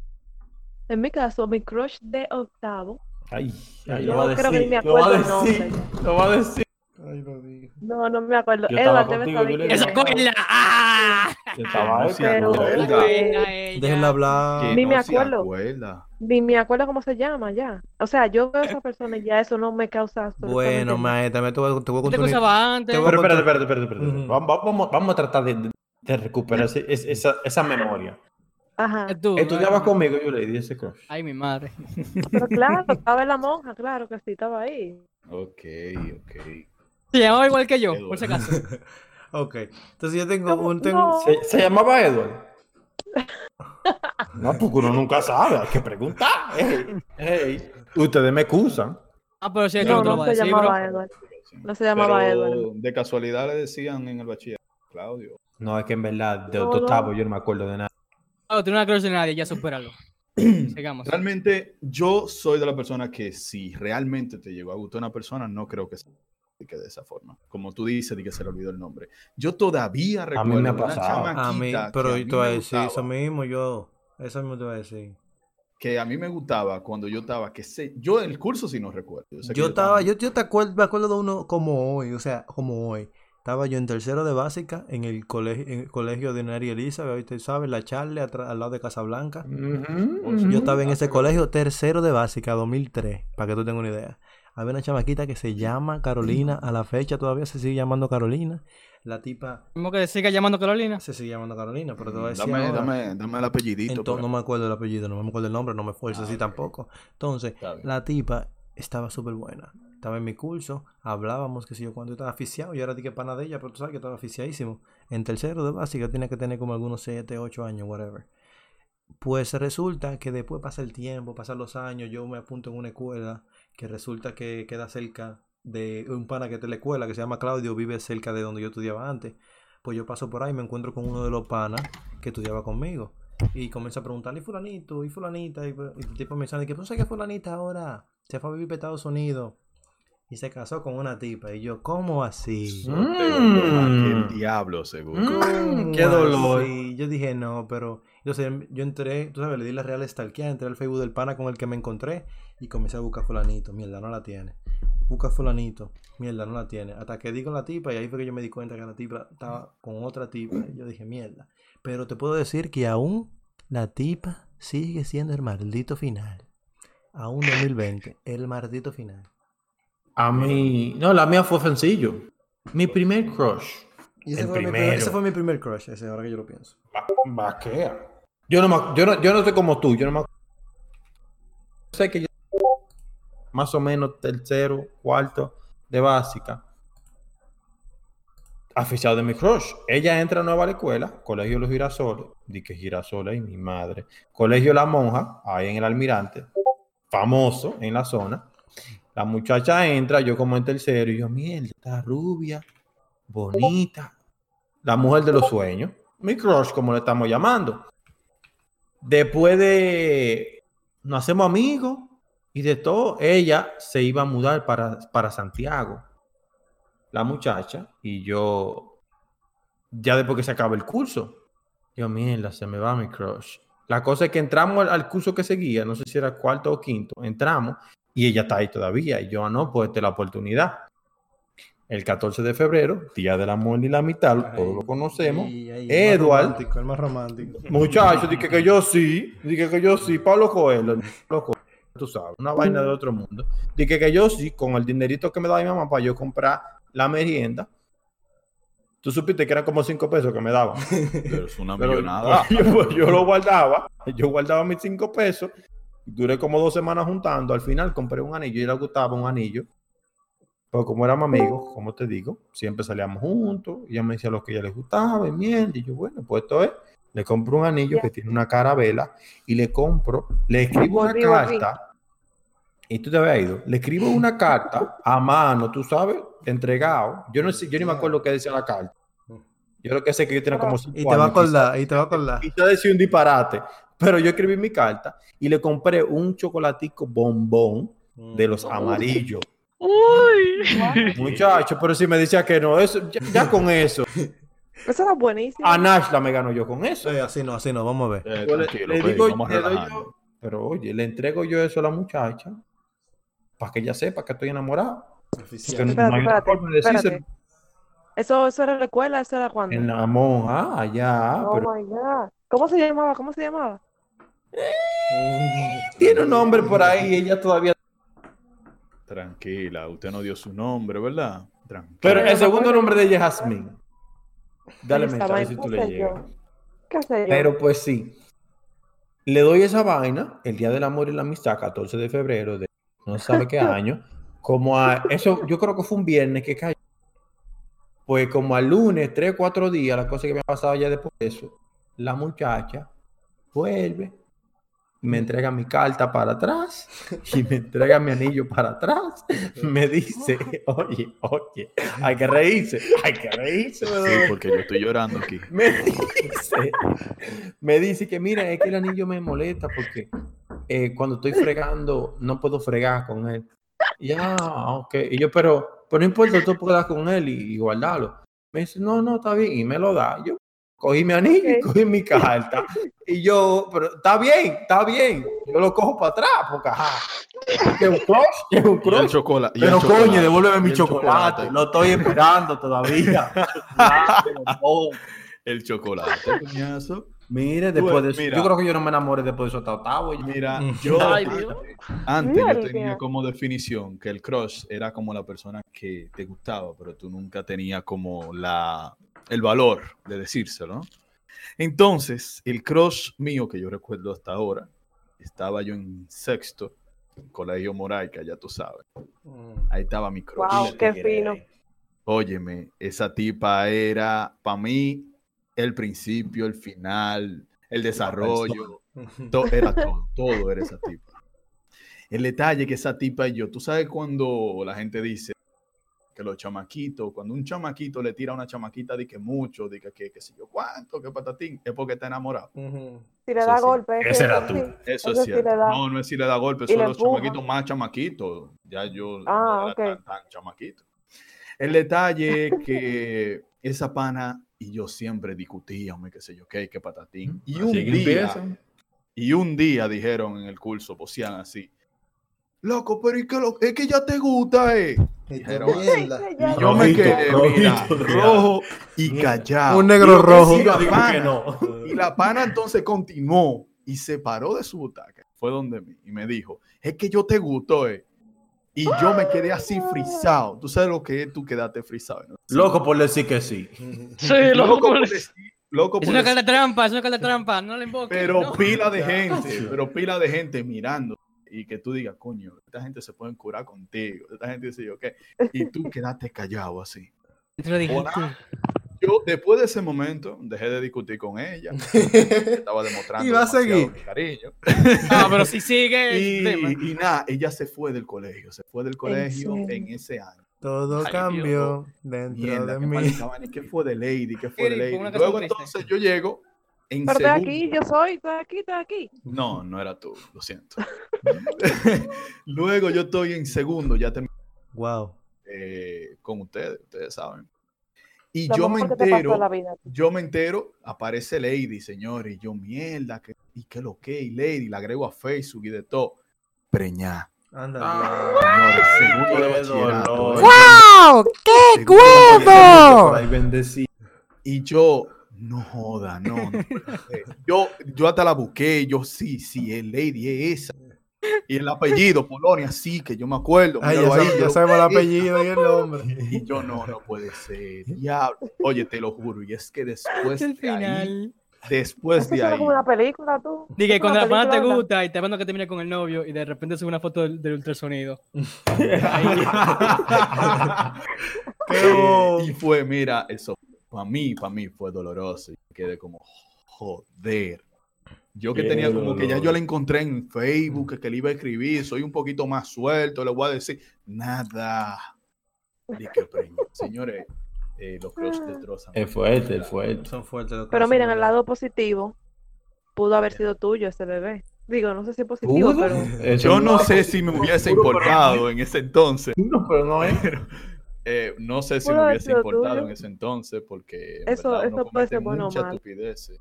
en mi caso, mi crush de octavo,
Ay, ay,
yo
lo va a
creo que ni
decir,
me
lo va
acuerdo
a
el nombre.
decir, lo va a decir.
Ay, lo digo.
No, no me acuerdo.
Yo estaba
Edward debe
contigo,
saber
yo le
quién
dije.
¡Esa
es.
cola! ¡Ah!
Se estaba
no
ahí,
se
pero-
acuerda.
Ella-
Buena ella.
Déjenla
que
hablar.
Ni
no
me
se
acuerdo.
acuerda.
Ni me acuerdo cómo se llama ya. O sea, yo
Eh,
veo a esa persona y ya eso no me causa absolutamente
Bueno,
nada.
maestra, me tuve, tuve
¿Qué
con
te
tu ni-
gustaba antes?
Te voy
Pero espérate, espérate, espérate, espérate.
Ujú.
Vamos, vamos- vamos a tratar de, de- de recuperar ese- es- esa, esa memoria.
Ajá.
eh,
Tú,
Estudiaba
¿no?
conmigo, yo le di ese crush.
Ay, mi madre.
Pero claro, estaba en la monja, claro que sí, estaba ahí.
Ok, ok.
Se llamaba igual que yo, por si acaso.
Ok, entonces yo tengo
No,
un... Tengo...
no.
¿Se, se llamaba Edward? No, porque uno nunca sabe, hay que preguntar. Ey, ey, Ustedes me excusan.
Ah, pero sí, es que
No,
no te lo
no
voy a
se
decir, bro.
llamaba Edward. No se llamaba
Pero
Edward.
de casualidad le decían en el bachillerato, Claudio.
No, es que en verdad, de
No,
otro
no.
octavo yo no me acuerdo de nada.
No, tiene una crush de nadie, ya supéralo. Sigamos.
Realmente, yo soy de la persona que si realmente te llegó a gustar una persona, no creo que se que de esa forma. Como tú dices, de que se le olvidó el nombre. Yo todavía
me ha
recuerdo una
pasado.
chamaquita
A mí,
que
pero
a
yo
mí
te voy a
me
decir eso
gustaba.
mismo, yo... Eso mismo te voy a decir.
que a mí me gustaba cuando yo estaba, que sé, yo el curso sí no recuerdo. sé que
Yo estaba, yo, yo te acuerdo, me acuerdo de uno como hoy, o sea, como hoy. Estaba yo en tercero de básica en el colegio, en el colegio de Nari Elizabeth, ahí te sabes, la Charle atrás- al lado de Casablanca. Yo estaba en ese colegio tercero de básica, 2003, para que tú tengas una idea. Había una chamaquita que se llama Carolina, a la fecha todavía se sigue llamando Carolina. La tipa
Mismo que siga llamando Carolina.
se sigue llamando Carolina, pero te voy a decir
Mm, Dame,
ahora.
dame, dame el apellidito.
Entonces,
por
no
ahí.
me acuerdo el apellido, no me acuerdo el nombre, no me esfuerzo
Ah,
así
ok.
tampoco. Entonces,
Está bien.
la tipa estaba súper buena. Estaba en mi curso, hablábamos, que sé yo, cuando estaba aficiado, yo era de que pana de ella, pero tú sabes que estaba aficiadísimo. En tercero de básica tenía que tener como algunos 7, 8 años, whatever. Pues resulta que después pasa el tiempo, pasan los años, yo me apunto en una escuela que resulta que queda cerca de un pana que está en la escuela, que se llama Claudio, vive cerca de donde yo estudiaba antes. Pues yo paso por ahí y me encuentro con uno de los panas que estudiaba conmigo. Y comienza a preguntarle, ¿y fulanito? ¿Y fulanita? Y, fu- y el tipo me dice, que tú sabes que fulanita ahora se fue a vivir para Estados Unidos y se casó con una tipa. Y yo, ¿cómo así?
Aquí
Mm.
El diablo, seguro.
¿Cómo
qué dolor.
así? Yo dije, no, pero... Entonces em, yo entré, tú sabes, le di la real estalquea, entré al Facebook del pana con el que me encontré y comencé a buscar fulanito. Mierda, no la tiene. busca fulanito. Mierda, no la tiene. Hasta que di con la tipa y ahí fue que yo me di cuenta que la tipa estaba con otra tipa. Y yo dije, mierda. Pero te puedo decir que aún la tipa sigue siendo el maldito final. Aún 2020, el maldito final.
A mí. No, la mía fue sencillo. Mi primer crush.
Y ese,
El
fue mi, primer-
primero.
ese fue mi primer crush, ese ahora que yo lo pienso.
Vaquea. Yo no, me- yo, no, yo no soy como tú, yo no me- yo sé que yo más o menos tercero, cuarto de básica. Aficionado de mi crush. Ella entra nueva a la escuela, Colegio Los Girasoles, di que Girasoles y mi madre. Colegio La Monja, ahí en el Almirante, famoso en la zona. La muchacha entra, yo como en tercero, y yo, mierda, está rubia, bonita, la mujer de los sueños, mi crush, como le estamos llamando. Después de nos hacemos amigos y de todo, ella se iba a mudar para, para Santiago. La muchacha y yo, ya después que se acaba el curso, yo, mierda, se me va mi crush. La cosa es que entramos al, al curso que seguía, no sé si era cuarto o quinto, entramos y ella está ahí todavía. Y yo, no, pues esta es la oportunidad. El 14 de febrero, Día del Amor y la Mitad, todos lo conocemos.
Y ahí, el más
Edward,
romántico, el más romántico.
Muchachos, dije que yo sí, dije que yo sí, Pablo Coelho, Pablo Coelho, tú sabes, una vaina de otro mundo. Dije que yo sí, con el dinerito que me daba mi mamá para yo comprar la merienda. Tú supiste que eran como cinco pesos que me daban.
Pero es una
Pero-
millonada.
yo, pues, yo lo guardaba, yo guardaba mis cinco pesos, duré como dos semanas juntando, al final compré un anillo y le gustaba un anillo. Pero como éramos amigos, como te digo, siempre salíamos juntos, y ella me decía lo que a ella le gustaba, y mierda, y yo, bueno, pues esto es. Le compro un anillo que tiene una carabela y le compro, le escribo una
Volví, volví.
carta. Y tú te habías ido. Le escribo una carta a mano, tú sabes, entregado. Yo no sé, yo ni me acuerdo qué decía la carta. Yo lo que sé es que yo tenía como cinco
Y te va a
años, quizás
acordar, y te va a acordar.
quizá decía un disparate, pero yo escribí mi carta y le compré un chocolatico bombón
Mm.
de los amarillos.
Uy.
Muchacho, pero si me decía que no, eso, ya, ya con eso.
Eso era buenísimo.
A Nash la me ganó yo con eso.
Sí, así no, así no, vamos a ver.
Eh,
Yo le,
tranquilo,
le
Freddy,
digo,
vamos
le doy
relajando.
yo- pero oye, le entrego yo eso a la muchacha para que ella sepa que estoy enamorado. Porque no- no
Espérate,
hay otra
espérate,
forma de decírselo.
espérate. Eso, eso era la escuela, eso era cuando.
En la monja, allá,
oh
pero
my God. ¿Cómo se llamaba? ¿Cómo se llamaba?
tiene un nombre por ahí y ella todavía.
Tranquila, usted no dio su nombre, ¿verdad? Tranquila.
Pero el segundo nombre de ella es Jasmine. Dale
Ahí
mensaje
estaba,
si
¿qué
tú le
sé yo?
llegas.
¿Qué sé yo?
Pero pues sí. Le doy esa vaina, el Día del Amor y la Amistad, 14 de febrero de no sabe qué año, como a eso, yo creo que fue un viernes que cayó. Pues como al lunes, tres, cuatro días, las cosas que me han pasado ya después de eso, la muchacha vuelve, me entrega mi carta para atrás y me entrega mi anillo para atrás. Me dice, oye, oye, hay que reírse, hay que reírse.
Sí, porque yo estoy llorando aquí.
Me dice, me dice que mira, es que el anillo me molesta porque eh, cuando estoy fregando no puedo fregar con él. Ya, ah, ok. Y yo, pero, pero no importa, tú puedes dar con él y, y guardarlo. Me dice, no, no, está bien. Y me lo da. Yo cogí mi anillo y
Ok.
cogí mi carta. Y yo, pero está bien, está bien. Yo lo cojo para atrás porque, ajá. Que un crush, que un
Y el
crush.
chocolate. y el
Pero
chocolate,
coño, devuélveme
y
mi
el
chocolate. Lo estoy esperando todavía. Chocolate, bombón.
El chocolate, coñazo.
Mire,
Tú,
después de
eh,
eso,
mira.
yo creo que yo no me enamoré después de eso hasta octavo. ya.
Mira,
Mm.
yo
Ay,
antes-
Dios.
antes yo
Mierda.
tenía como definición que el crush era como la persona que te gustaba, pero tú nunca tenías como la el valor de decírselo. ¿no? Entonces, el crush mío que yo recuerdo hasta ahora, estaba yo en sexto, en Colegio Moraica, ya tú sabes. Ahí estaba mi crush.
Wow,
Mira,
qué
tigre.
fino.
Óyeme, esa tipa era para mí el principio, el final, el desarrollo, to- era todo, todo era esa tipa. El detalle que esa tipa y yo, tú sabes cuando la gente dice que los chamaquitos, cuando un chamaquito le tira a una chamaquita de que mucho, de que que, que sé yo cuánto, que patatín, es porque está enamorado.
Si le
Eso
da
sí.
golpe.
Ese era
eso
tú.
sí.
Eso
Eso
es
sí
cierto.
le da.
No, no es si le da golpe,
le
son los
empuja.
chamaquitos más chamaquitos. Ya yo
Ah,
no era tan,
ok.
tan chamaquito. El detalle es que esa pana y yo siempre discutíamos, qué sé yo, qué, qué patatín. Y un día, y un día dijeron en el curso, posían así. Loco, pero ¿y qué lo- es que ya te gusta, eh. Pero-
Mierda.
Ay,
Y
ya.
yo me
Rojito,
quedé mira,
rojito,
rojo y callado.
Un negro
Y lo que
rojo.
sí,
Yo
la
digo
pana-
que no.
Y la pana entonces continuó y se paró de su butaca. Fue donde mí y me dijo, es que yo te gustó, eh. Y yo me quedé así frisado. Tú sabes lo que es tú quedaste frisado. ¿no?
Loco por decir que sí.
Sí,
Loco
loco.
por decir- loco
Es
por
una
decir-
cara de trampa, es una cara de trampa, no le invoques.
pero
no.
pila de gente, pero pila de gente mirando y que tú digas, coño, esta gente se pueden curar contigo, esta gente dice yo, ¿qué? Y tú quedaste callado así.
Te lo dije,
Hola.
tú.
Yo después de ese momento dejé de discutir con ella, estaba demostrando
Y va a
demasiado
seguir.
mi cariño.
No, pero si sigue. el tema.
Y, y nada, ella se fue del colegio, se fue del colegio
serio?
en ese año.
Todo
Ay,
cambió dentro
Mierda,
de
qué
mí.
maldita vaina, ¿qué fue de Lady? ¿Qué fue de
Eric,
Lady?
una canción
Luego
triste.
entonces yo llego en
Pero estoy
segundo.
aquí, yo soy, estoy aquí, estoy aquí.
No, no era tú, lo siento. Luego yo estoy en segundo, ya terminé
Wow.
eh, con ustedes, ustedes saben. Y
Lo
yo me
mejor que te pasó
entero,
en la vida.
yo me entero, aparece Lady, señores, y yo mierda, que, y qué lo que, y Lady, la agrego a Facebook y de todo. Preñá.
Ah,
Anda.
Señores, segundo de
Qué
bachillerato,
dolor.
¿eh?
¡Wow! ¡Qué
Seguro
huevo!
Ay, bendecido.
Y yo, no joda, no. no puede ser. yo, yo hasta la busqué, yo sí, sí, es Lady, es esa. Y el apellido, Polonia, sí, que yo me acuerdo.
Ay, Ah, ya,
míralo ahí,
sab- ya
yo-
sabemos el apellido y el nombre.
Y yo, no, no puede ser. Diablo. Oye, te lo juro. Y es que después
El
pues, de ahí,
final.
después
Eso
de
suena
ahí,
como una película, tú.
Dije,
Eso es
cuando
una
la pana te
película, ¿verdad?
gusta y te mando que termina con el novio y de repente sube una foto del, del ultrasonido.
Qué bo-
Eh, y fue, mira, eso para mí, para mí fue doloroso. Y quedé como, joder. Yo que
Qué
tenía como que ya yo
dolor. Mm.
la encontré en Facebook, que le iba a escribir, soy un poquito más suelto, le voy a decir, nada. Dije, "Preño". señores, eh, los cross destrozan.
Ah. Es fuerte, es fuerte.
Son fuertes los
Pero
corazones,
miren, el
¿verdad?
lado positivo pudo haber sido tuyo ese bebé. Digo, no sé si positivo, pero
Eso
Yo
no-
no sé si me hubiese importado en ese entonces.
No, pero no es.
Eh, no sé si
Pudo
me
haber
hubiese
sido
importado
tuyo.
en ese entonces, porque en
Eso-
verdad, uno
eso puede ser
comete
bueno o
muchas
malo.
estupideces.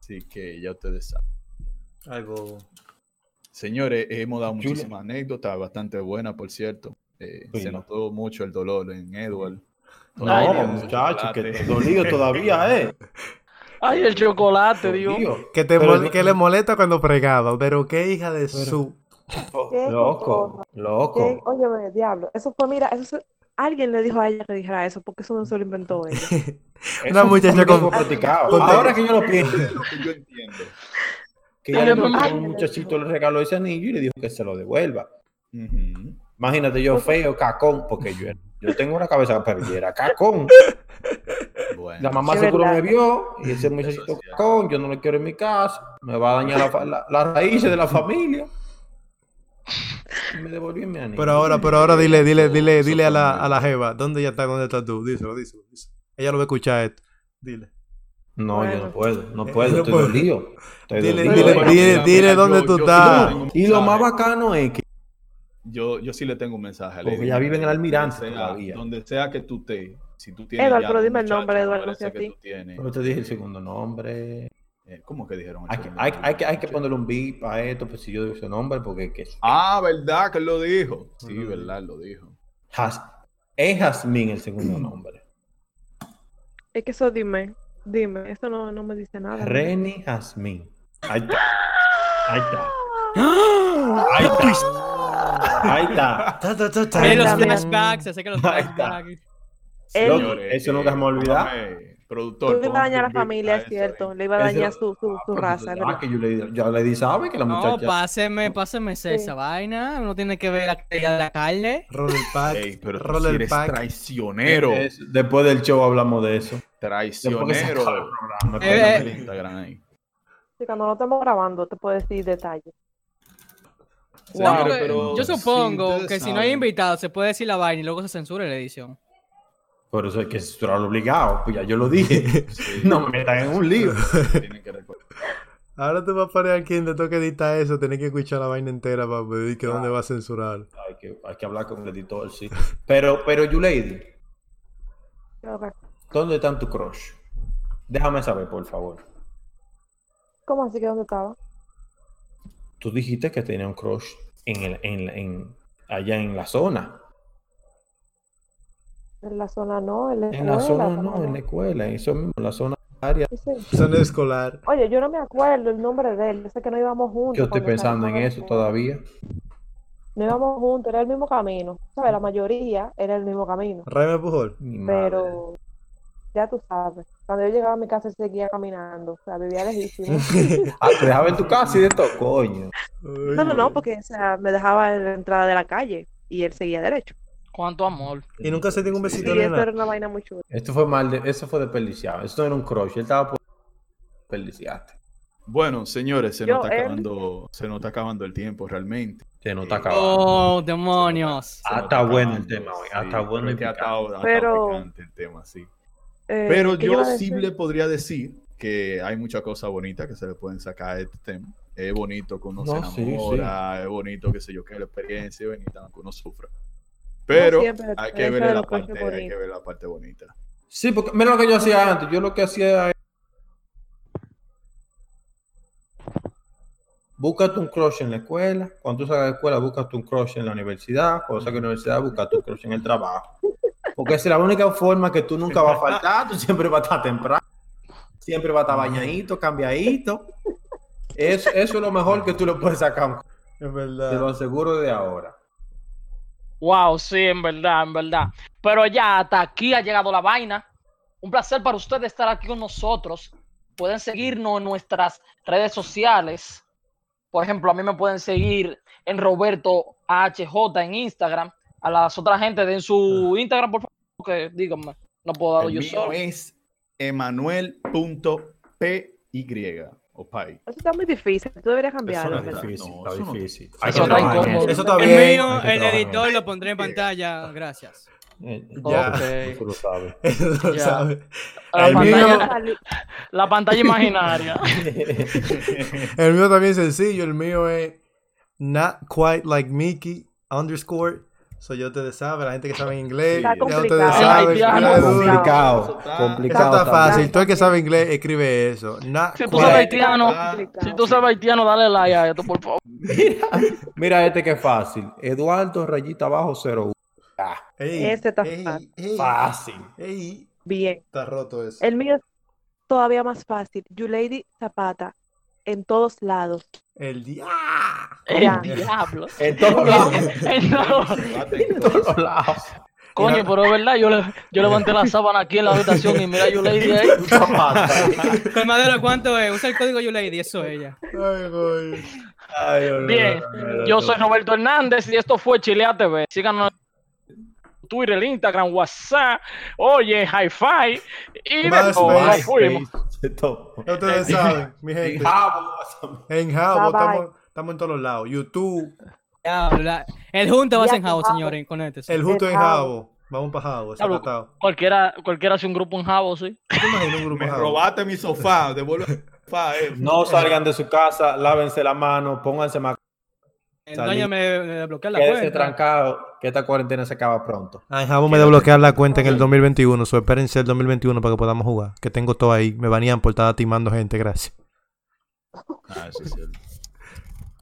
Así que ya ustedes saben.
Ay, bobo.
Señores, hemos dado
Julia.
muchísimas anécdotas, bastante buenas, por cierto. Eh,
Sí,
se
no.
notó mucho el dolor en Edward.
No,
Ay, Dios.
muchacho, que te dolido todavía, eh.
Ay, el chocolate, Dios.
Dolido.
Que, te
Pero
mol-
no-
que le molesta cuando fregaba. Pero qué hija de su.
qué
Loco,
cosa, qué-
loco.
Óyeme, diablo. Eso fue, mira, eso se- alguien le dijo a ella que dijera eso, porque eso no se lo inventó ella.
Una muchacha con- con-
Ahora que yo lo pienso,
Lo que yo entiendo.
que ya le
Ay,
encontró un
Dios.
muchachito le regaló ese anillo y le dijo que se lo devuelva.
Ujú.
Imagínate yo feo, cacón, porque yo, yo tengo una cabeza perdiera, cacón.
Bueno,
La mamá
Es
seguro
verdad.
me vio y ese
Eso
muchachito
es cierto.
cacón, yo no lo quiero en mi casa, me va a dañar la fa- la- las raíces de la familia. Y me devolvió mi anillo.
Pero ahora, pero ahora dile, dile, dile,
Eso
dile a la,
fue
a la Jeva. ¿Dónde ya está? ¿Dónde estás tú? Díselo, díselo, díselo. Ella lo va a escuchar esto. Dile.
No, yo
Bueno.
no puedo, no
Eh,
puedo,
no
estoy
puedo.
dolido. Estoy
Dile,
dolido.
dile,
Bueno,
dile,
mira,
dile Ah,
mira,
dónde
yo-
tú
yo-
estás.
yo-
Y lo más bacano es que
Yo, yo sí le tengo un mensaje a
Porque
Lady.
ya vive en el Almirante
Donde sea,
todavía.
donde sea que tú estés, si tú tienes.
Eduardo,
ya
pero
los
dime el
muchachos,
nombre,
me
Eduardo, no
parece
sea
que
así.
tú tienes-
Pero te dije el segundo nombre.
eh, ¿Cómo que dijeron? el
Hay que,
segundo
hay,
nombre?
hay que, hay que ponerle un beep a esto, pues si yo digo ese nombre, porque que,
Ah, ¿verdad que él lo dijo? Sí,
Ujú.
¿verdad? él Lo dijo.
Jas- es Jasmine el segundo nombre.
Es que eso dime, dime, eso no, no me dice nada.
Reni Jasmine. Ahí está. Ahí está.
¡Ah!
Ay, twist.
Ahí está.
Ta, ta, ta, ta.
Ve los
también.
flashbacks, sé que los
Ahí está.
flashbacks.
Él-
Loco, eso nunca se me va a olvidar.
póngame, eh,
Tú
Productor.
le ibas a dañar a la familia, es cierto. Le iba a
Ese-
dañar su, su, su raza, es
Ah,
verdad.
que yo le di, ya le di, sabe que la
No,
muchacha.
páseme, páseme esa, esa vaina. Uno tiene que ver la calidad de la carne.
Roll el pack.
Ey, pero tú sí
Roll el
eres
pack.
traicionero.
Es- después del show hablamos de eso.
Traicionero.
Me
Eh,
Póngame
eh.
el Instagram ahí.
Ah,
Sí, cuando no estamos grabando, te puedo decir detalles.
Señores,
Yo-
pero
Yo
sí,
supongo
ustedes
que si no hay
saben.
invitado se puede decir la vaina y luego se censura la edición.
Por eso hay que censurarlo obligado. Pues ya yo lo dije.
Sí,
No me metan en un lío.
tienen que recordar.
Ahora tú vas a poner a quien te toque editar eso. Tienes que escuchar la vaina entera para pedir que
Ah.
dónde va a censurar.
Hay que, hay que hablar con el editor, sí. Pero, pero, Yulady,
Creo que-
¿dónde están tu crush? Déjame saber, por favor.
¿Cómo así que dónde estaba?
Tú dijiste que tenía un crush en el- en- en- allá en la zona.
En la zona no, en la
En la
escuela,
zona no, en la escuela, en eso mismo, en la zona área.
Sí, sí.
Zona escolar.
Oye, yo no me acuerdo el nombre de él. Yo sé que no íbamos juntos.
Yo estoy
cuando salimos
pensando en
de la
eso
escuela.
todavía.
No íbamos juntos, era el mismo camino. ¿Sabes? La mayoría era el mismo camino.
Raime Pujol.
Mi madre.
Pero ya tú sabes, cuando yo llegaba a mi casa él seguía caminando. O sea, vivía lejísimo.
Ah, te dejaba en tu casa y de todo, coño.
No, no, no, porque o sea, me dejaba en la entrada de la calle y él seguía derecho.
Cuánto amor.
Y nunca se dio un
Y
besito ni
eso
nada.
era una vaina muy chula.
Esto fue mal, de- eso fue desperdiciado. Esto no era un crush, él estaba por desperdiciaste.
Bueno, señores, se
Yo,
nos, está
él-
acabando, se nos está acabando el tiempo realmente.
Se no está
Ah.
acabando.
Oh, demonios.
Ah, está bueno el tema hoy, ah, está bueno y
el
picante.
Pero-
el tema, sí.
Eh,
Pero
¿qué iba
yo
a
sí
decir?
le podría decir que hay muchas cosas bonitas que se le pueden sacar a este tema. Es bonito que uno se
No, sí, sí.
enamora, es bonito, qué sé yo, que la experiencia es bonita, que uno sufra.
No
Pero
siempre,
hay que
eso
ver
de
la
los coches
parte, hay
bonitos.
que ver la parte bonita.
Sí, porque mira lo que yo hacía antes. Yo lo que hacía era. Búscate un crush en la escuela. Cuando tú salgas de la escuela, búscate un crush en la universidad. Cuando salgas de la universidad, búscate un crush en el trabajo. Porque esa es la única forma que tú nunca vas a faltar. Tú siempre vas a estar temprano. Siempre vas a estar bañadito, cambiadito. Eso, eso es lo mejor que tú le puedes sacar. a un crush,
Es
Te lo
verdad.
aseguro de ahora.
Wow, sí, en verdad, en verdad. Pero ya hasta aquí ha llegado la vaina. Un placer para ustedes estar aquí con nosotros. Pueden seguirnos en nuestras redes sociales. Por ejemplo, a mí me pueden seguir en Roberto HJ en Instagram. A las otras gente den su Instagram, por favor, que díganme. No puedo darlo
El
yo
mío eh.
solo.
es emanuel.py o pay.
Eso está muy difícil, tú deberías
Eso
cambiarlo.
no
en verdad.
es difícil,
No,
está
eso no-
difícil.
Hay que trabajar en eso.
Eso está
El
bien.
mío,
hay que
el
trabajar en
editor, lo pondré en pantalla. Gracias.
Eh,
Ya.
Eso lo sabe.
Eso
Ya.
sabe.
La,
el
pantalla,
mío-
Salí-
la pantalla imaginaria.
El mío también es sencillo. El mío es not quite like Mickey underscore. So ya ustedes saben, la gente que sabe inglés.
Está
ya ustedes
complicado.
saben.
Ay,
mira,
Dios.
duro. Eso
Complicado,
Complicado.
está
Complicado.
fácil. Todo el que sabe inglés escribe eso. Not
Si tú
pues,
quite.
sabes haitiano,
Ah,
si tú sabes haitiano, dale like a esto, por favor.
Mira este que es fácil. Eduardo Rayita abajo 01.
Ey,
Ese Este está
ey,
fácil.
ey,
Fácil.
ey.
Bien.
Está roto eso.
El mío es todavía más fácil. Yulady Zapata, en todos lados.
El día. ¡Ah!
El
Ya.
diablo.
En todos lados.
El no-
En todos lados.
Coño, pero es verdad, yo, le- yo levanté la sábana aquí en la habitación y mira, yo le dije ahí.
Colmadero, ¿cuánto es? Usa el código YouLady, eso es ella.
Ay, güey.
Ay, Dios mío.
Bien, yo soy Roberto Hernández y esto fue Chilea TV. Síganos en Twitter, el Instagram, WhatsApp, oye, Hi-Fi y de
Más
todo.
veces.
Ahí fuimos.
De todo.
Ya ustedes saben, mi gente. En Jabo.
Bye, bye.
Estamos, estamos en todos lados. YouTube.
Ya, la- El junta va a
Ya,
ser en Jabo,
Jabo.
señores, este, conéctense.
El justo
En
en Jabo. Vamos para Jabo. Ese
Diablo.
patado.
Cualquiera, cualquiera hace un grupo en Jabo, sí.
¿Tú te imaginas un grupo
Me
Jabo?
robaste mi sofá, devuelve el sofá, eh.
No salgan de su casa, lávense la mano, pónganse más.
El dueño me me desbloquea la
Quédense
cuenta.
trancados, que esta cuarentena se acaba pronto.
Ah, en Jabo me desbloquear la cuenta en el 2021. So, espérense el 2021 para que podamos jugar. Que tengo todo ahí. Me banían por estar timando gente. Gracias.
Ah, eso es cierto.